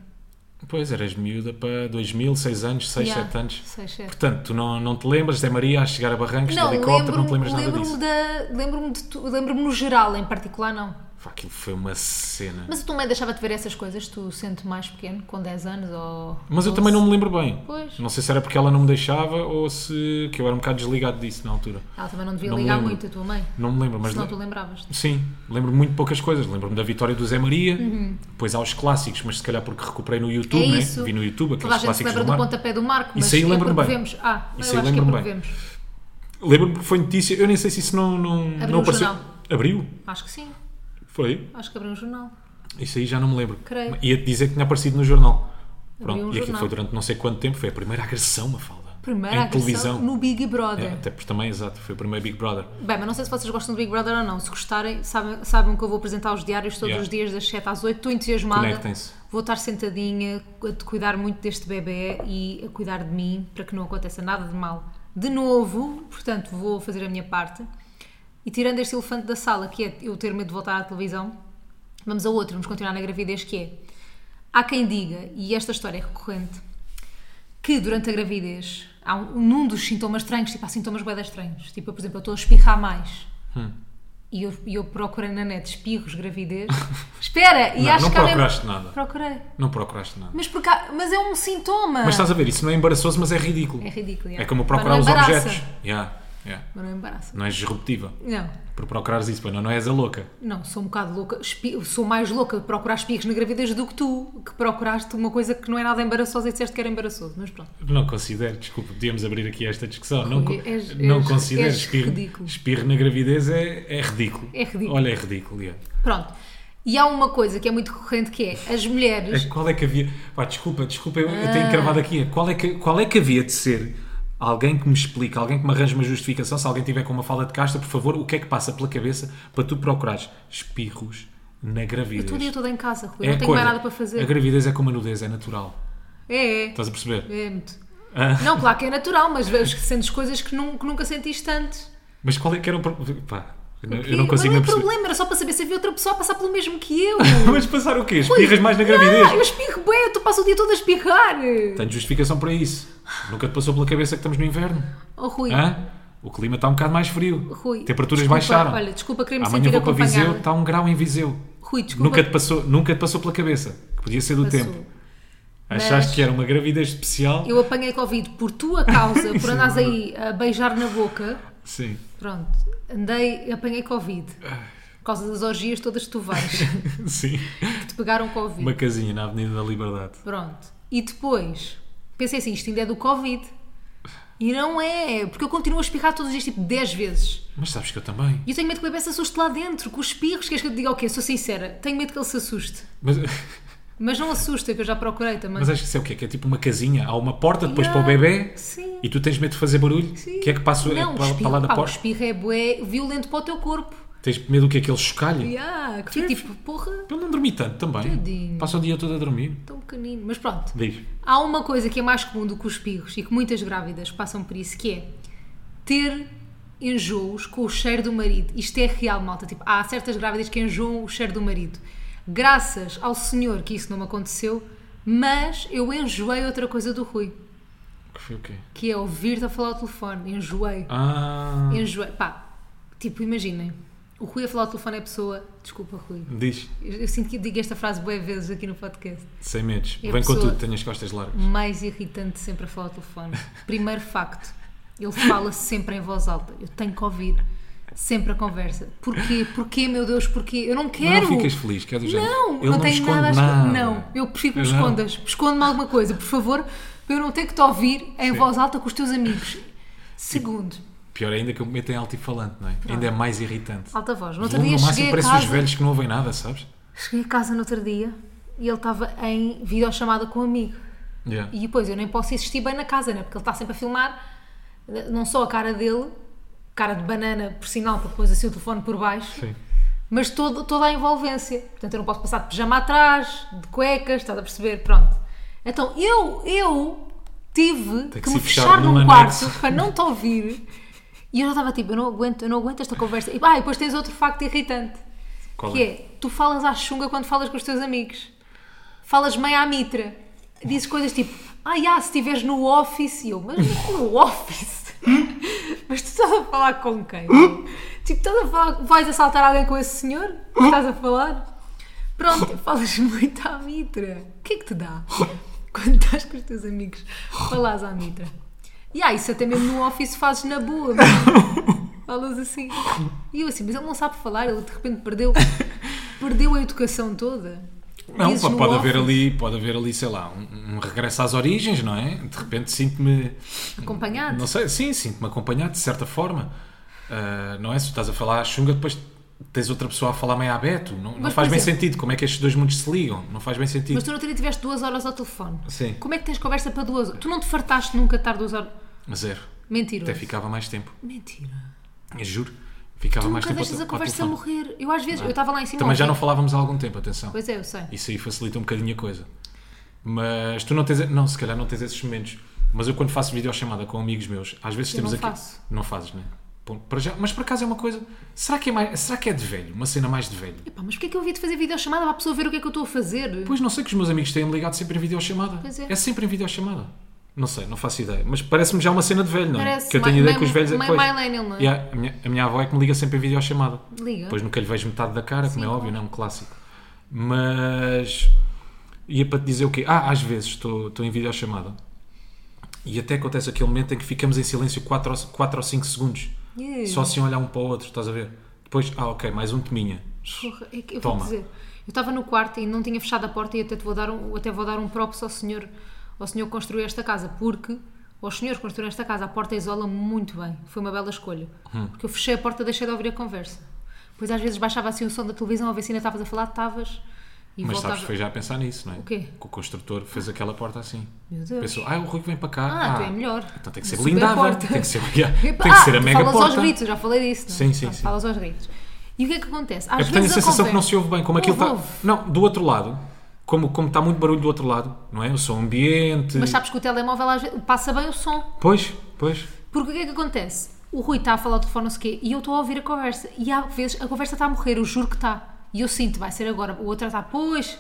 Speaker 1: Pois, eras miúda para 2000, 6 anos, 6, 7 anos.
Speaker 2: 6, 7.
Speaker 1: Portanto, tu não, não te lembras de Zé Maria a chegar a Barrancos
Speaker 2: Não,
Speaker 1: de helicóptero, não te lembras
Speaker 2: lembro-me
Speaker 1: nada
Speaker 2: lembro
Speaker 1: disso.
Speaker 2: lembro de tu- lembro-me no geral, em particular não.
Speaker 1: Pá, aquilo foi uma cena. Mas,
Speaker 2: Mas a tua mãe deixava-te ver essas coisas, tu sendo mais pequeno, com 10 anos ou.
Speaker 1: eu
Speaker 2: 12?
Speaker 1: também não me lembro bem.
Speaker 2: Pois.
Speaker 1: Não sei se era porque ela não me deixava ou se. que eu era um bocado desligado disso na altura.
Speaker 2: Ela também não devia
Speaker 1: Não me
Speaker 2: ligar
Speaker 1: lembro.
Speaker 2: muito a tua mãe.
Speaker 1: Não me lembro, mas.
Speaker 2: Senão
Speaker 1: le-
Speaker 2: tu lembravas.
Speaker 1: Sim, lembro me muito poucas coisas. Lembro-me da vitória do Zé Maria, depois há os clássicos, mas se calhar porque recuperei no YouTube,
Speaker 2: Uhum. é
Speaker 1: né?
Speaker 2: isso.
Speaker 1: vi no YouTube
Speaker 2: Toda a
Speaker 1: aqueles
Speaker 2: gente se
Speaker 1: clássicos
Speaker 2: lembra
Speaker 1: do
Speaker 2: do
Speaker 1: mar.
Speaker 2: pontapé do Marco, mas
Speaker 1: Isso aí
Speaker 2: é
Speaker 1: lembro-me
Speaker 2: porque
Speaker 1: bem.
Speaker 2: vemos. Ah,
Speaker 1: Isso
Speaker 2: eu
Speaker 1: aí
Speaker 2: acho que é
Speaker 1: lembro-me
Speaker 2: porque
Speaker 1: bem.
Speaker 2: vemos.
Speaker 1: Lembro-me que foi notícia, eu nem sei se isso não, não,
Speaker 2: Abriu
Speaker 1: não
Speaker 2: o
Speaker 1: apareceu.
Speaker 2: jornal.
Speaker 1: Abriu?
Speaker 2: Acho que sim.
Speaker 1: Foi?
Speaker 2: Acho que abriu um jornal.
Speaker 1: Isso aí já não me lembro.
Speaker 2: Creio.
Speaker 1: Ia-te dizer que tinha aparecido no jornal. Pronto,
Speaker 2: um
Speaker 1: e aquilo
Speaker 2: jornal.
Speaker 1: foi durante não sei quanto tempo, foi a primeira agressão, Mafalda.
Speaker 2: Primeira
Speaker 1: em
Speaker 2: agressão
Speaker 1: televisão.
Speaker 2: no Big Brother.
Speaker 1: É, até porque também, exato, foi o primeiro Big Brother.
Speaker 2: Bem, mas não sei se vocês gostam do Big Brother ou não. Se gostarem, sabem, sabem que eu vou apresentar os diários todos
Speaker 1: Yeah.
Speaker 2: os dias das 7 às 8. Estou entusiasmada.
Speaker 1: Conectem-se.
Speaker 2: Vou estar sentadinha a te cuidar muito deste bebê e a cuidar de mim para que não aconteça nada de mal de novo. Portanto, vou fazer a minha parte. E tirando este elefante da sala, que é eu ter medo de voltar à televisão, vamos a outro, vamos continuar na gravidez, que é. Há quem diga, e esta história é recorrente, que durante a gravidez há um, num dos sintomas estranhos, tipo há sintomas bem estranhos, tipo, por exemplo, eu estou a espirrar mais. E eu, e eu procurei na net espirros, gravidez. Espera! E
Speaker 1: Não,
Speaker 2: acho
Speaker 1: não
Speaker 2: que há mesmo-
Speaker 1: procuraste nada.
Speaker 2: Procurei.
Speaker 1: Não procuraste nada.
Speaker 2: Mas, porque há- mas é um sintoma.
Speaker 1: Mas estás a ver, isso não é embaraçoso, mas é ridículo.
Speaker 2: É ridículo, yeah.
Speaker 1: É como
Speaker 2: Mas
Speaker 1: procurar
Speaker 2: não
Speaker 1: os
Speaker 2: embaraça.
Speaker 1: objetos. Yeah, yeah.
Speaker 2: Mas não embaraça.
Speaker 1: Não és disruptiva.
Speaker 2: Não,
Speaker 1: Por procurares isso, pois não, não és a louca.
Speaker 2: não, sou um bocado louca. Espi- Sou mais louca de procurar espirros na gravidez do que tu, que procuraste uma coisa que não é nada embaraçosa e disseste que era embaraçoso. Mas pronto.
Speaker 1: Não considero, desculpa, podíamos abrir aqui esta discussão. Não,
Speaker 2: Rui,
Speaker 1: co-
Speaker 2: és-
Speaker 1: não
Speaker 2: és-
Speaker 1: considero
Speaker 2: és
Speaker 1: espirro,
Speaker 2: ridículo.
Speaker 1: espirro na gravidez é, é ridículo.
Speaker 2: É ridículo.
Speaker 1: Olha, é ridículo. yeah.
Speaker 2: Pronto. E há uma coisa que é muito recorrente que é as
Speaker 1: É,
Speaker 2: mulheres.
Speaker 1: qual é que havia. Pá, desculpa, desculpa, eu, eu
Speaker 2: Ah.
Speaker 1: tenho cravado aqui. Qual é, que, qual é que havia de ser alguém que me explique, alguém que me arranje uma justificação? Se alguém tiver com uma fala de casta, por favor, o que é que passa pela cabeça para tu procurares espirros na gravidez?
Speaker 2: Estou o dia todo em casa, Rui.
Speaker 1: É
Speaker 2: não tenho
Speaker 1: coisa.
Speaker 2: mais nada para
Speaker 1: A
Speaker 2: fazer.
Speaker 1: gravidez é como a nudez, é natural.
Speaker 2: É, é.
Speaker 1: Estás a perceber?
Speaker 2: É muito.
Speaker 1: Ah.
Speaker 2: Não, claro que é natural, mas vejo que sentes coisas que, nun- que nunca sentiste antes.
Speaker 1: Mas qual é que era o. pro- Pá, eu não, eu não
Speaker 2: E-
Speaker 1: consigo
Speaker 2: mas não
Speaker 1: nem
Speaker 2: é
Speaker 1: perceber.
Speaker 2: problema, era só para saber se havia outra pessoa a passar pelo mesmo que eu.
Speaker 1: Mas passar o quê? Espirras mais na gravidez?
Speaker 2: Ah, eu espirro bem, tu passas o dia todo a espirrar.
Speaker 1: Tenho justificação para isso. Nunca te passou pela cabeça que estamos no inverno?
Speaker 2: Oh, Rui.
Speaker 1: Hã? O clima está um bocado mais frio.
Speaker 2: Rui,
Speaker 1: Temperaturas
Speaker 2: desculpa,
Speaker 1: baixaram.
Speaker 2: Olha, desculpa, querer me
Speaker 1: Amanhã
Speaker 2: sentir
Speaker 1: vou para Viseu,
Speaker 2: acompanhada.
Speaker 1: está um grau em Viseu.
Speaker 2: Rui, desculpa.
Speaker 1: Nunca te, passou, nunca te passou pela cabeça que podia ser do
Speaker 2: Passou.
Speaker 1: tempo. Achaste
Speaker 2: Mas-
Speaker 1: que era uma gravidez especial?
Speaker 2: Eu apanhei Covid por tua causa,
Speaker 1: Isso
Speaker 2: por
Speaker 1: é
Speaker 2: andares aí a beijar na boca.
Speaker 1: Sim.
Speaker 2: Pronto, andei, apanhei Covid. Por causa das orgias todas que tu vais,
Speaker 1: Sim.
Speaker 2: que te pegaram Covid.
Speaker 1: Uma casinha na Avenida da Liberdade.
Speaker 2: Pronto. E depois, pensei assim, isto ainda é do Covid. E não é, porque eu continuo a espirrar todos os dias, tipo 10 vezes.
Speaker 1: Mas sabes que eu também.
Speaker 2: E eu tenho medo que o bebê se assuste lá dentro, com os espirros. Queres que eu te diga o quê? Sou sincera, tenho medo que ele se assuste.
Speaker 1: Mas,
Speaker 2: Mas não assusta, que eu já procurei também.
Speaker 1: mas acho que isso é o quê? Que é tipo uma casinha. Há uma porta depois
Speaker 2: Yeah,
Speaker 1: para o bebê
Speaker 2: Sim.
Speaker 1: e tu tens medo de fazer barulho?
Speaker 2: Sim.
Speaker 1: Que é que passa é
Speaker 2: não,
Speaker 1: para,
Speaker 2: espirro,
Speaker 1: para lá da
Speaker 2: pá, o
Speaker 1: porta?
Speaker 2: espirro é bué, violento para o teu corpo.
Speaker 1: Tens medo que aquele chocalho?
Speaker 2: Yeah, que fica tipo, porra,
Speaker 1: Eu não dormi tanto também.
Speaker 2: Tadinho.
Speaker 1: Passa o dia todo a dormir.
Speaker 2: tão pequenino. Mas pronto,
Speaker 1: Diz.
Speaker 2: há uma coisa que é mais comum do que os espirros e que muitas grávidas passam por isso, que é ter enjoos com o cheiro do marido. Isto é real, malta. Tipo, há certas grávidas que enjoam o cheiro do marido. Graças ao Senhor que isso não me aconteceu, mas eu enjoei outra coisa do Rui,
Speaker 1: Que foi o quê?
Speaker 2: que é ouvir-te a falar ao telefone. Enjoei.
Speaker 1: Ah.
Speaker 2: Enjoei. Pá, tipo, imaginem. O Rui a falar ao telefone é pessoa. Desculpa, Rui.
Speaker 1: Diz.
Speaker 2: Eu, eu sinto que digo esta frase boas vezes aqui no podcast.
Speaker 1: Sem medos.
Speaker 2: E a
Speaker 1: Vem com
Speaker 2: pessoa-
Speaker 1: tudo, tenho as costas largas.
Speaker 2: Mais irritante sempre a falar ao telefone. Primeiro facto. Ele fala sempre em voz alta. Eu tenho que ouvir. Sempre a conversa. Porquê? Porquê, meu Deus? Porquê? Eu não
Speaker 1: Mas
Speaker 2: quero.
Speaker 1: não ficas feliz, que é do género.
Speaker 2: Não,
Speaker 1: Ele
Speaker 2: não
Speaker 1: me
Speaker 2: tenho
Speaker 1: esconde
Speaker 2: nada a
Speaker 1: nada.
Speaker 2: esconder. Não, eu prefiro que me
Speaker 1: Eu não.
Speaker 2: escondas. Esconde-me alguma coisa, por favor, para eu não ter que te ouvir em voz alta com os teus amigos. Segundo,
Speaker 1: Pior ainda que eu me meto em altifalante, não é? Ainda é mais irritante.
Speaker 2: alta voz. Ah, No outro
Speaker 1: Volume
Speaker 2: dia
Speaker 1: no máximo
Speaker 2: cheguei a
Speaker 1: parece os
Speaker 2: casa.
Speaker 1: velhos que não ouvem nada, sabes?
Speaker 2: Cheguei a casa no outro dia e ele estava em videochamada com um amigo.
Speaker 1: Yeah.
Speaker 2: E depois eu nem posso insistir bem na casa, né? Porque ele está sempre a filmar, não só a cara dele, cara de banana, por sinal, porque pôs assim o telefone por baixo,
Speaker 1: Sim.
Speaker 2: mas todo, toda a envolvência. Portanto, eu não posso passar de pijama atrás, de cuecas, estás a perceber? Pronto. Então, eu, eu tive que,
Speaker 1: que
Speaker 2: me
Speaker 1: se fechar
Speaker 2: fechar
Speaker 1: num
Speaker 2: num
Speaker 1: anexo.
Speaker 2: quarto para não te ouvir. E eu já estava tipo, eu não aguento, eu não aguento esta conversa. E, ah, e depois tens outro facto irritante,
Speaker 1: Qual
Speaker 2: que é, tu falas à chunga quando falas com os teus amigos. Falas meio à mitra. Dizes coisas tipo, ah, já, se estiveres no office. E eu, mas no office? mas tu estás a falar com quem? tipo, estás a falar, vais assaltar alguém com esse senhor? que Estás a falar? Pronto, falas muito à mitra. O que é que te dá? Quando estás com os teus amigos, falas à mitra. E ah, isso até mesmo no office fazes na boa. mano. Falas assim. E eu assim, mas ele não sabe falar, ele de repente perdeu, perdeu a educação toda.
Speaker 1: Não,
Speaker 2: Dizes
Speaker 1: pode,
Speaker 2: no
Speaker 1: pode haver
Speaker 2: office,
Speaker 1: ali, pode haver ali, sei lá, um, um regresso às origens, não é? De repente sinto-me,
Speaker 2: Acompanhado.
Speaker 1: não sei, sim, sinto-me acompanhado de certa forma. Ah, não é? Se tu estás a falar à chunga, depois tens outra pessoa a falar meio a abeto. Não, não
Speaker 2: Mas,
Speaker 1: faz
Speaker 2: por
Speaker 1: bem
Speaker 2: exemplo-
Speaker 1: sentido. Como é que estes dois mundos se ligam? Não faz bem sentido.
Speaker 2: Mas tu não teria tiveste duas horas ao telefone.
Speaker 1: Sim.
Speaker 2: Como é que tens conversa para duas horas? Tu não te fartaste nunca de estar duas horas.
Speaker 1: Mas zero.
Speaker 2: Mentira.
Speaker 1: Até ficava mais tempo.
Speaker 2: Mentira.
Speaker 1: Eu juro. Ficava
Speaker 2: Tu
Speaker 1: mais
Speaker 2: nunca
Speaker 1: tempo ao
Speaker 2: deixas
Speaker 1: te-
Speaker 2: a
Speaker 1: ao
Speaker 2: conversa
Speaker 1: telefone.
Speaker 2: morrer. Eu às vezes, eu estava lá em cima.
Speaker 1: Também já
Speaker 2: ok.
Speaker 1: não falávamos há algum tempo, atenção.
Speaker 2: Pois é, eu sei.
Speaker 1: Isso aí facilita um bocadinho a coisa. Mas tu não tens. Não, se calhar não tens esses momentos. Mas eu quando faço videochamada com amigos meus, às vezes
Speaker 2: Eu
Speaker 1: temos
Speaker 2: não
Speaker 1: aqui.
Speaker 2: faço.
Speaker 1: Não fazes, né? Bom, para já, mas por acaso é uma coisa. Será que é, mais, será que é de velho? Uma cena mais de velho?
Speaker 2: Epá, mas porquê é que eu havia de fazer videochamada para a pessoa ver o que é que eu estou a fazer?
Speaker 1: Pois não sei que os meus amigos têm ligado sempre em videochamada.
Speaker 2: Pois é.
Speaker 1: é sempre em videochamada. Não sei, não faço ideia. Mas parece-me já uma cena de velho, não é?
Speaker 2: Parece
Speaker 1: que eu
Speaker 2: ma-
Speaker 1: tenho ideia
Speaker 2: ma-
Speaker 1: que os velhos é
Speaker 2: ma-
Speaker 1: pois.
Speaker 2: millennial, não é?
Speaker 1: Yeah, a, minha, a minha avó é que me liga sempre em videochamada.
Speaker 2: Liga.
Speaker 1: Depois nunca lhe vejo metade da cara, como é
Speaker 2: Uhum. claro.
Speaker 1: óbvio, não é um clássico. Mas ia para te dizer o quê? Ah, às vezes estou, estou em videochamada e até acontece aquele momento em que ficamos em silêncio 4 ou, 4 ou 5 segundos,
Speaker 2: Yeah.
Speaker 1: só assim olhar um para o outro, estás a ver? Depois, ah, ok, mais um teminha.
Speaker 2: Porra, é que eu
Speaker 1: Toma.
Speaker 2: vou dizer. Eu estava no quarto e não tinha fechado a porta e até te vou dar um, até vou dar um props ao senhor, ao senhor que construiu esta casa, porque aos senhores que construíram esta casa, a porta isola muito bem. Foi uma bela escolha.
Speaker 1: Hum.
Speaker 2: Porque eu fechei a porta, deixei de ouvir a conversa. Pois às vezes baixava assim o som da televisão, a ver se ainda estavas a falar, estavas e
Speaker 1: Mas
Speaker 2: voltava.
Speaker 1: sabes, que foi já a pensar nisso, não é?
Speaker 2: O quê?
Speaker 1: Que o construtor fez aquela porta assim.
Speaker 2: Meu Deus.
Speaker 1: Pensou, ah, o Rui que vem para cá.
Speaker 2: Ah, então é melhor.
Speaker 1: Então tem que ser
Speaker 2: Super
Speaker 1: blindada.
Speaker 2: porta.
Speaker 1: Tem que ser, yeah,
Speaker 2: Epá,
Speaker 1: tem que ser
Speaker 2: ah,
Speaker 1: a
Speaker 2: tu
Speaker 1: mega
Speaker 2: falas
Speaker 1: porta.
Speaker 2: aos gritos, eu já falei disso. Não? é?
Speaker 1: Sim, sim,
Speaker 2: Pronto,
Speaker 1: sim.
Speaker 2: Falas aos gritos. E o que é que acontece? Às
Speaker 1: É
Speaker 2: vezes
Speaker 1: porque tenho a sensação
Speaker 2: conversa-
Speaker 1: que tá- não se ouve bem. Como aquilo
Speaker 2: Ouve,
Speaker 1: está.
Speaker 2: ouve.
Speaker 1: Não, do outro lado, como, como está muito barulho do outro lado, não é? O som ambiente.
Speaker 2: Mas sabes que o telemóvel às vezes passa bem o som.
Speaker 1: Pois, pois.
Speaker 2: Porque o que é que acontece? O Rui está a falar ao telefone, não sei o quê, e eu estou a ouvir a conversa. E há vezes a conversa está a morrer, eu juro que está. E eu sinto, vai ser agora. O outro está, pois,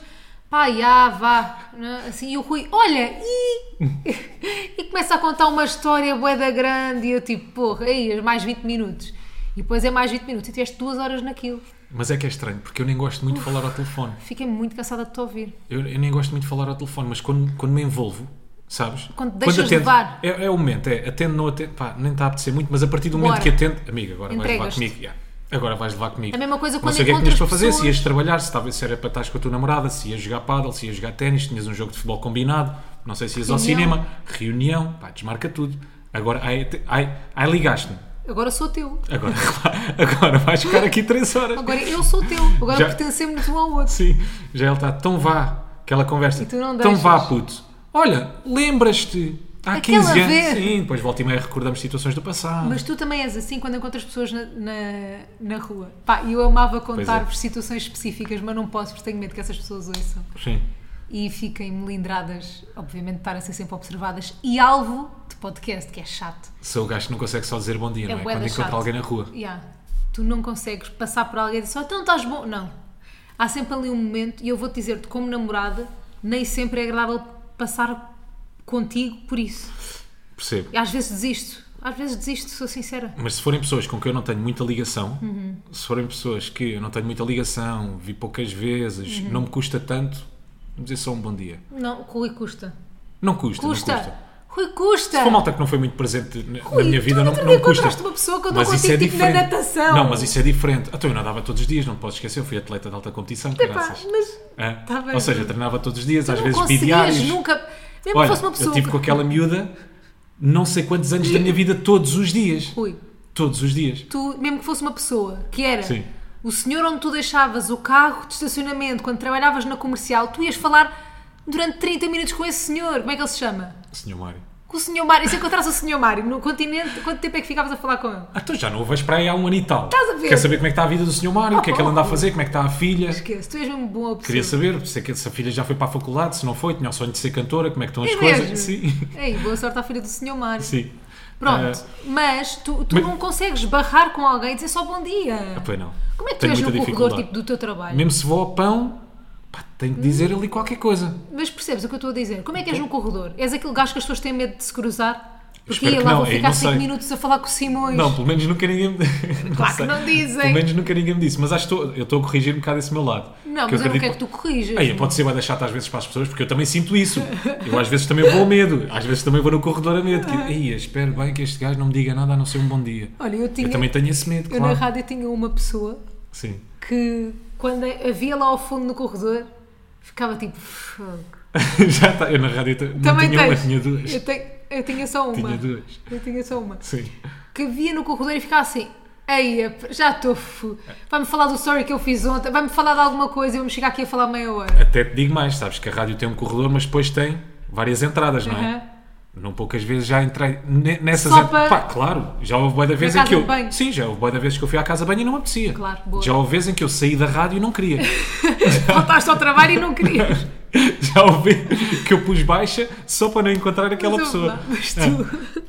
Speaker 2: pá, já, vá. né? Assim, e o Rui, olha, e... e começa a contar uma história boeda grande. E eu tipo, porra, aí, mais 20 minutos. E depois é mais 20 minutos. E tiveste duas horas naquilo.
Speaker 1: Mas é que é estranho, porque eu nem gosto muito de falar ao telefone.
Speaker 2: Fiquei muito cansada de te ouvir.
Speaker 1: Eu, eu nem gosto muito de falar ao telefone, mas quando, quando me envolvo, sabes?
Speaker 2: Quando te deixas
Speaker 1: atendo,
Speaker 2: levar.
Speaker 1: É, é o momento, é atendo, não atendo, pá, nem está a apetecer muito, mas a partir do momento
Speaker 2: Bora.
Speaker 1: que atendo, amiga, agora vais levar
Speaker 2: Entregas-te.
Speaker 1: comigo. yeah. Agora vais levar comigo.
Speaker 2: A mesma coisa
Speaker 1: não
Speaker 2: quando
Speaker 1: sei o que é que tinhas para
Speaker 2: encontras
Speaker 1: fazer, se
Speaker 2: pessoas-
Speaker 1: ias trabalhar, se, estava, se era para estar com a tua namorada, se ias jogar paddle, se ias jogar ténis, tinhas um jogo de futebol combinado, não sei se ias ao
Speaker 2: Reunião.
Speaker 1: cinema, reunião, pá, desmarca tudo. Agora, ai, te- ai, ai ligaste-me.
Speaker 2: Agora sou teu.
Speaker 1: Agora, agora vais ficar aqui três horas.
Speaker 2: Agora eu sou teu. Agora
Speaker 1: Já-
Speaker 2: pertencemos um ao outro.
Speaker 1: Sim, já ele está tão vá, aquela conversa.
Speaker 2: E tu não
Speaker 1: tão
Speaker 2: deixas.
Speaker 1: vá, puto. Olha, lembras-te, há
Speaker 2: Aquela
Speaker 1: 15 anos.
Speaker 2: vez.
Speaker 1: Sim, depois volta e meia recordamos situações do passado.
Speaker 2: Mas tu também és assim quando encontras pessoas na, na, na rua. Pá, eu amava contar-vos situações específicas, mas não posso porque tenho medo que essas pessoas ouçam.
Speaker 1: Sim.
Speaker 2: E fiquem melindradas, obviamente, de estar a ser sempre observadas e alvo de podcast, que é chato.
Speaker 1: Sou o gajo que não consegue só dizer bom dia, não é?
Speaker 2: bué
Speaker 1: Quando
Speaker 2: da
Speaker 1: encontra
Speaker 2: chato.
Speaker 1: alguém na rua.
Speaker 2: Yeah. Tu não consegues passar por alguém e dizer, "Oh, então estás bom. Não. Há sempre ali um momento, e eu vou-te dizer-te, como namorada, nem sempre é agradável passar contigo por isso.
Speaker 1: Percebo.
Speaker 2: E às vezes desisto. Às vezes desisto, sou sincera.
Speaker 1: Mas se forem pessoas com quem eu não tenho muita ligação,
Speaker 2: Uhum.
Speaker 1: se forem pessoas que eu não tenho muita ligação, vi poucas vezes,
Speaker 2: Uhum.
Speaker 1: não me custa tanto dizer só um bom dia.
Speaker 2: Não, Rui custa.
Speaker 1: Não custa,
Speaker 2: Custa.
Speaker 1: não custa.
Speaker 2: Rui, custa!
Speaker 1: Se for malta que não foi muito presente na, na
Speaker 2: Ui,
Speaker 1: minha
Speaker 2: tu
Speaker 1: vida, não,
Speaker 2: outro
Speaker 1: não
Speaker 2: dia
Speaker 1: custa.
Speaker 2: encontraste uma pessoa que andou contigo, tipo, na natação.
Speaker 1: é Não, mas isso é diferente. Então eu nadava todos os dias, não posso esquecer, eu fui atleta de alta competição,
Speaker 2: Epá,
Speaker 1: caraças.
Speaker 2: mas
Speaker 1: Hã?
Speaker 2: Tá bem,
Speaker 1: Ou seja,
Speaker 2: mas-
Speaker 1: treinava todos os dias, às
Speaker 2: não
Speaker 1: vezes vi
Speaker 2: conseguias
Speaker 1: diários.
Speaker 2: nunca. Mesmo que
Speaker 1: Olha,
Speaker 2: fosse uma pessoa.
Speaker 1: eu tive com aquela miúda não sei quantos anos da minha vida, todos os dias.
Speaker 2: Rui,
Speaker 1: Todos os dias.
Speaker 2: tu, mesmo que fosse uma pessoa que era
Speaker 1: Sim.
Speaker 2: o senhor onde tu deixavas o carro de estacionamento quando trabalhavas na comercial, tu ias falar durante 30 minutos com esse senhor. Como é que ele se chama?
Speaker 1: Senhor Mário.
Speaker 2: Com O senhor Mário, e se encontrasse o senhor Mário no continente, quanto tempo é que ficavas a falar com ele?
Speaker 1: Ah, tu já não o vais para aí há um ano e tal.
Speaker 2: Estás a ver? Oh.
Speaker 1: Quer saber como é que está a vida do Sr. Mário? O que é que ele anda a fazer? Como é que está a filha?
Speaker 2: Esquece, tu és mesmo boa pessoa.
Speaker 1: Queria saber se, é que- se a filha já foi para a faculdade, se não foi, tinha o sonho de ser cantora, como é que estão as
Speaker 2: É
Speaker 1: coisas?
Speaker 2: mesmo?
Speaker 1: Sim.
Speaker 2: Ei, boa sorte à filha do senhor Mário.
Speaker 1: Sim.
Speaker 2: Pronto,
Speaker 1: Eh,
Speaker 2: mas tu, tu
Speaker 1: mas-
Speaker 2: não consegues barrar com alguém e dizer só bom dia.
Speaker 1: Ah, pois não.
Speaker 2: Como é que tu
Speaker 1: Tenho
Speaker 2: és no
Speaker 1: muita
Speaker 2: corredor
Speaker 1: dificuldade.
Speaker 2: tipo, do teu trabalho?
Speaker 1: Mesmo se vou ao pão, pá, tenho que dizer ali qualquer coisa.
Speaker 2: Mas percebes o que eu estou a dizer? Como é que és no corredor? És aquele gajo que as pessoas têm medo de se cruzar? Porque
Speaker 1: Espero
Speaker 2: ia
Speaker 1: que
Speaker 2: lá
Speaker 1: não,
Speaker 2: vou
Speaker 1: ei, não
Speaker 2: ficar 5
Speaker 1: sei.
Speaker 2: minutos a falar com o Simões.
Speaker 1: Não, pelo menos nunca ninguém me
Speaker 2: Claro que
Speaker 1: sei.
Speaker 2: não dizem.
Speaker 1: Pelo menos nunca ninguém me disse, mas acho que estou- eu estou a corrigir um bocado esse meu lado.
Speaker 2: Não,
Speaker 1: Que
Speaker 2: mas eu não
Speaker 1: acredito-
Speaker 2: quero que é tu corrijas.
Speaker 1: Ei, pode ser bué da chata às vezes para as pessoas, porque eu também sinto isso. Eu às vezes também vou ao medo, às vezes também vou no corredor a medo. Que, Ei, espero bem que este gajo não me diga nada a não ser um bom dia.
Speaker 2: Olha, eu tinha.
Speaker 1: Eu também tenho esse medo,
Speaker 2: eu
Speaker 1: claro.
Speaker 2: na rádio tinha uma pessoa
Speaker 1: Sim.
Speaker 2: que quando havia lá ao fundo no corredor ficava tipo. "Fogo".
Speaker 1: Já está, eu na rádio ta- não
Speaker 2: Também
Speaker 1: tinha uma,
Speaker 2: tens.
Speaker 1: tinha duas.
Speaker 2: Eu, tenho- eu tinha só uma.
Speaker 1: Tinha duas.
Speaker 2: Eu tinha só uma.
Speaker 1: Sim.
Speaker 2: que via no corredor e ficava assim. Eia, já estou. fu- Vai-me falar do story que eu fiz ontem, vai-me falar de alguma coisa e vamos chegar aqui a falar meia hora.
Speaker 1: Até te digo mais, sabes que a rádio tem um corredor, mas depois tem várias entradas, não é?
Speaker 2: Aham.
Speaker 1: Não poucas vezes já entrei ne- nessas.
Speaker 2: Uhum. Só
Speaker 1: en-
Speaker 2: para-
Speaker 1: Pá, claro, já houve boa da vez em
Speaker 2: casa
Speaker 1: que eu.
Speaker 2: de banho.
Speaker 1: Sim, já houve boa da vez que eu fui à casa de banho e não me apetecia.
Speaker 2: Claro, boa.
Speaker 1: Já houve vez em que eu saí da rádio e não queria.
Speaker 2: Faltaste ao trabalho e não querias.
Speaker 1: já houve que eu pus baixa só para não encontrar aquela
Speaker 2: Mas,
Speaker 1: pessoa. É.
Speaker 2: opa, Mas tu.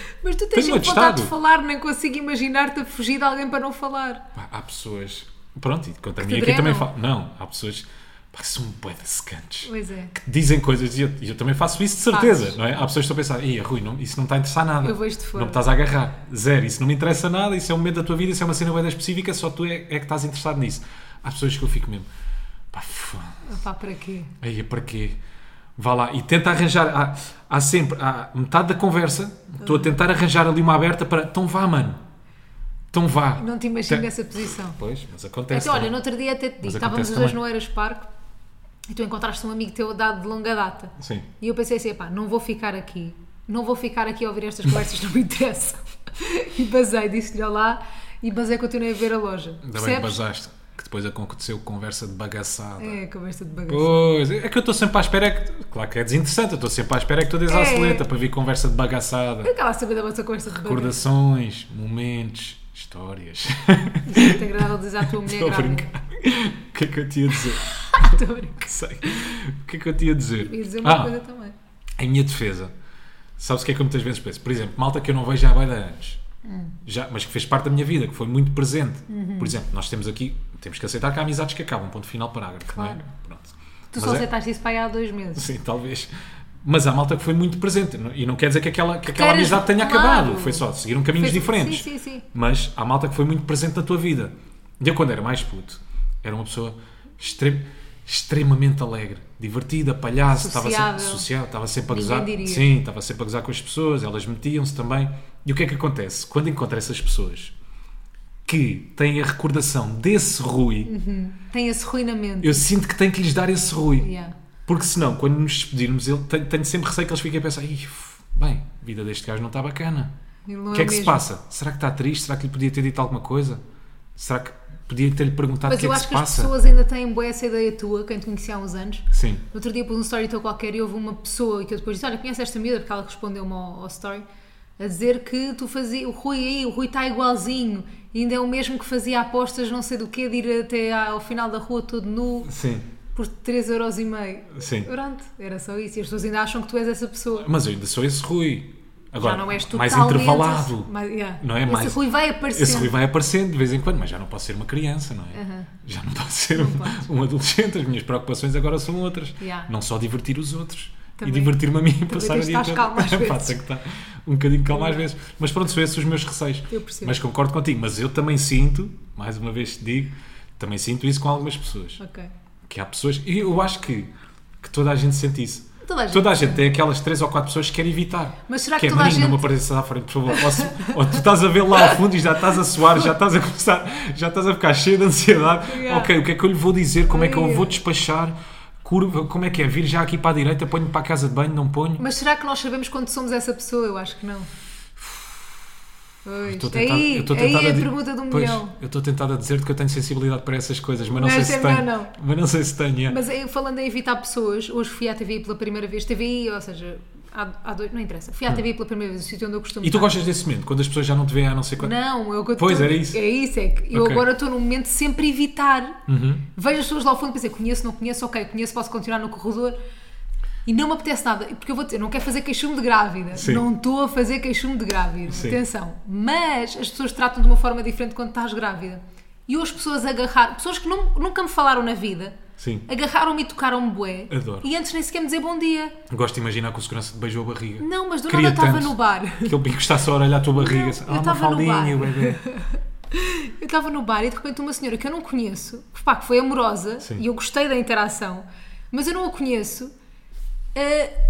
Speaker 2: Mas tu tens
Speaker 1: Tenho um
Speaker 2: sempre vontade
Speaker 1: atestado.
Speaker 2: de falar, nem consigo imaginar-te a fugir de alguém para não falar.
Speaker 1: Pá, há pessoas. Pronto, e contra
Speaker 2: te
Speaker 1: mim aqui também
Speaker 2: drenam.
Speaker 1: falo. Não, há pessoas. Pá, que são bué de secantes.
Speaker 2: Pois é.
Speaker 1: dizem coisas e eu, e eu também faço isso de certeza,
Speaker 2: Fazes.
Speaker 1: não é? Há pessoas que estão a pensar, "Ih, Rui, não, isso não está a interessar nada.
Speaker 2: Eu vejo de fora."
Speaker 1: Não me estás a agarrar. Zero, isso não me interessa nada, isso é um momento da tua vida, isso é uma cena bem específica, só tu é, é que estás interessado nisso. Há pessoas que eu fico mesmo, pá, f-
Speaker 2: Opá, para quê?
Speaker 1: aí é para quê? Vá lá e tenta arranjar. Há, há sempre, há metade da conversa, estou a
Speaker 2: Uhum.
Speaker 1: tentar arranjar ali uma aberta para, então vá, mano. Então vá.
Speaker 2: Não te imagino
Speaker 1: Tem-
Speaker 2: nessa posição.
Speaker 1: Pois, mas acontece. é?
Speaker 2: Então, olha, no
Speaker 1: também.
Speaker 2: outro dia até te digo,
Speaker 1: Mas
Speaker 2: estávamos
Speaker 1: acontece
Speaker 2: os dois
Speaker 1: também.
Speaker 2: no Eras Parque e tu encontraste um amigo teu dado de longa data.
Speaker 1: Sim.
Speaker 2: E eu pensei assim, pá, não vou ficar aqui, não vou ficar aqui a ouvir estas conversas, não me interessa. E basei, disse-lhe olá e basei, continuei a ver a loja.
Speaker 1: Ainda bem que
Speaker 2: Percebes?
Speaker 1: basaste, que depois aconteceu conversa de bagaçada.
Speaker 2: É, conversa de bagaço.
Speaker 1: Pois, é que eu estou sempre à espera é que. Claro que é desinteressante, eu estou sempre à espera é que tu dês
Speaker 2: É.
Speaker 1: à seleta para vir conversa de bagaçada,
Speaker 2: Aquela saber da vossa conversa de bagaço.
Speaker 1: recordações, momentos, histórias.
Speaker 2: Muito agradável dizer à tua mulher
Speaker 1: Estou a
Speaker 2: grávida.
Speaker 1: brincar. O que é que eu te ia dizer?
Speaker 2: Estou a brincar.
Speaker 1: Sei. O que é que eu te ia dizer?
Speaker 2: Ia dizer uma
Speaker 1: Ah,
Speaker 2: coisa também.
Speaker 1: em minha defesa, sabes o que é que eu muitas vezes penso? Por exemplo, malta que eu não vejo há bem de anos,
Speaker 2: Hum.
Speaker 1: já, mas que fez parte da minha vida, que foi muito presente.
Speaker 2: Uhum.
Speaker 1: Por exemplo, nós temos aqui, temos que aceitar que há amizades que acabam, ponto final, parágrafo. Não é?
Speaker 2: Claro.
Speaker 1: Pronto.
Speaker 2: Tu
Speaker 1: Mas
Speaker 2: só
Speaker 1: é-
Speaker 2: aceitaste isso para aí há dois meses.
Speaker 1: Sim, talvez. Mas há malta que foi muito presente. não- é? E não quer dizer que aquela, que aquela
Speaker 2: queres-
Speaker 1: amizade tenha
Speaker 2: claro.
Speaker 1: acabado. Foi só, seguiram caminhos
Speaker 2: Fez-
Speaker 1: diferentes.
Speaker 2: Sim, sim, sim.
Speaker 1: Mas há malta que foi muito presente na tua vida. E eu, quando era mais puto, era uma pessoa extrem- extremamente alegre, divertida, palhaço, estava sempre
Speaker 2: Sociável.
Speaker 1: social, estava sempre a
Speaker 2: Ninguém
Speaker 1: gozar.
Speaker 2: diria.
Speaker 1: Sim, estava sempre a gozar com as pessoas, elas metiam-se também. E o que é que acontece? Quando encontro essas pessoas que têm a recordação desse Rui,
Speaker 2: Uhum. Tem esse ruinamento.
Speaker 1: eu sinto que tenho que lhes dar esse Rui.
Speaker 2: Yeah.
Speaker 1: Porque senão, quando nos despedirmos, ele, tenho, tenho sempre receio que eles fiquem a pensar: "Ih, f- bem, a vida deste gajo não está bacana.
Speaker 2: Ele não
Speaker 1: O que é que se
Speaker 2: mesmo.
Speaker 1: passa? Será que está triste? Será que lhe podia ter dito alguma coisa? Será que podia ter-lhe perguntado o
Speaker 2: Mas
Speaker 1: que é
Speaker 2: eu
Speaker 1: que
Speaker 2: acho
Speaker 1: se
Speaker 2: que as
Speaker 1: passa?
Speaker 2: pessoas ainda têm boa essa ideia tua, quem te conhecia há uns anos,
Speaker 1: Sim,
Speaker 2: No outro dia pus um story teu qualquer e houve uma pessoa que eu depois disse, olha, conhece esta miúda? Porque ela respondeu-me ao, ao story a dizer que tu fazia, o Rui aí, o Rui está igualzinho, ainda é o mesmo que fazia apostas não sei do quê, de ir até ao final da rua todo nu
Speaker 1: sim,
Speaker 2: por 3,5€.
Speaker 1: sim.
Speaker 2: Pronto, era só isso. E as pessoas ainda acham que tu és essa pessoa.
Speaker 1: Mas eu ainda sou esse Rui. Agora,
Speaker 2: Já não és tu
Speaker 1: mais
Speaker 2: totalmente-
Speaker 1: intervalado.
Speaker 2: Mas, yeah.
Speaker 1: Não é
Speaker 2: Esse
Speaker 1: mais-
Speaker 2: Rui vai aparecer.
Speaker 1: Esse Rui vai aparecendo de vez em quando, mas já não posso ser uma criança, não é? Já não posso ser um, um adolescente. As minhas preocupações agora são outras.
Speaker 2: Yeah.
Speaker 1: Não só divertir os outros.
Speaker 2: Também-
Speaker 1: e divertir-me a mim e passar o
Speaker 2: tens de
Speaker 1: dia
Speaker 2: estar calmo às
Speaker 1: Pá,
Speaker 2: vezes.
Speaker 1: tenho que estar um bocadinho calmo às vezes. Mas pronto, são esses os meus receios.
Speaker 2: Eu percebo.
Speaker 1: Mas concordo contigo. Mas eu também sinto, mais uma vez te digo, também sinto isso com algumas pessoas.
Speaker 2: Ok.
Speaker 1: Que há pessoas... E eu acho que, que toda a gente sente isso.
Speaker 2: Toda a gente.
Speaker 1: Toda a gente tem aquelas três ou quatro pessoas que querem evitar.
Speaker 2: Mas será que
Speaker 1: é,
Speaker 2: toda a
Speaker 1: "Maninho,
Speaker 2: gente-
Speaker 1: não me apareças à frente, por favor. Ou, se- ou tu estás a ver lá ao fundo e já estás a suar, já estás a começar, já estás a ficar cheio de ansiedade.
Speaker 2: Yeah.
Speaker 1: Ok, o que é que eu lhe vou dizer? Como é que eu
Speaker 2: Yeah.
Speaker 1: vou despachar? Curva, como é que é? Vir já aqui para a direita, ponho-me para a casa de banho, não ponho?
Speaker 2: Mas será que nós sabemos quando somos essa pessoa? Eu acho que não. Pois,
Speaker 1: Estou tentado-
Speaker 2: aí,
Speaker 1: estou
Speaker 2: aí
Speaker 1: tentado
Speaker 2: é a
Speaker 1: di-
Speaker 2: pergunta do
Speaker 1: Pois,
Speaker 2: milhão.
Speaker 1: Eu estou tentado a dizer-te que eu tenho sensibilidade para essas coisas, mas não,
Speaker 2: Não,
Speaker 1: sei
Speaker 2: isso
Speaker 1: se
Speaker 2: é melhor
Speaker 1: tenho.
Speaker 2: não.
Speaker 1: Mas não sei se tenho. yeah.
Speaker 2: Mas eh, falando em evitar pessoas, hoje fui à TVI pela primeira vez. TVI, ou seja, há, há dois, não interessa. Fui à TV pela primeira vez, o sítio onde eu costumo
Speaker 1: Hum. E tu
Speaker 2: estar.
Speaker 1: gostas desse momento, quando as pessoas já não te veem há não sei quanto.
Speaker 2: Não, eu que eu
Speaker 1: Pois,
Speaker 2: tô-
Speaker 1: era isso.
Speaker 2: É isso, é que eu
Speaker 1: Ok. Uhum.
Speaker 2: agora estou num momento de sempre evitar. Vejo as pessoas lá ao fundo e pensei, conheço, não conheço, ok, conheço, posso continuar no corredor. E não me apetece nada, porque eu vou dizer, não quero fazer queixume de grávida.
Speaker 1: Sim.
Speaker 2: Não estou a fazer queixume de grávida.
Speaker 1: Sim.
Speaker 2: Atenção. Mas as pessoas tratam de uma forma diferente quando estás grávida. E hoje pessoas agarraram, pessoas que nun- nunca me falaram na vida,
Speaker 1: Sim.
Speaker 2: agarraram-me e tocaram-me bué.
Speaker 1: Adoro.
Speaker 2: E antes nem sequer me dizer bom dia.
Speaker 1: Gosto de imaginar que o segurança te beijou a barriga.
Speaker 2: Não, mas do
Speaker 1: Queria
Speaker 2: nada estava
Speaker 1: tanto.
Speaker 2: no bar.
Speaker 1: Que ele está só a olhar a tua barriga.
Speaker 2: Não,
Speaker 1: assim,
Speaker 2: eu
Speaker 1: ah, uma
Speaker 2: estava no
Speaker 1: faldinha,
Speaker 2: bar."
Speaker 1: bebê.
Speaker 2: Eu estava no bar e de repente uma senhora que eu não conheço, que, pá, que foi amorosa
Speaker 1: Sim.
Speaker 2: e eu gostei da interação, mas eu não a conheço, ah,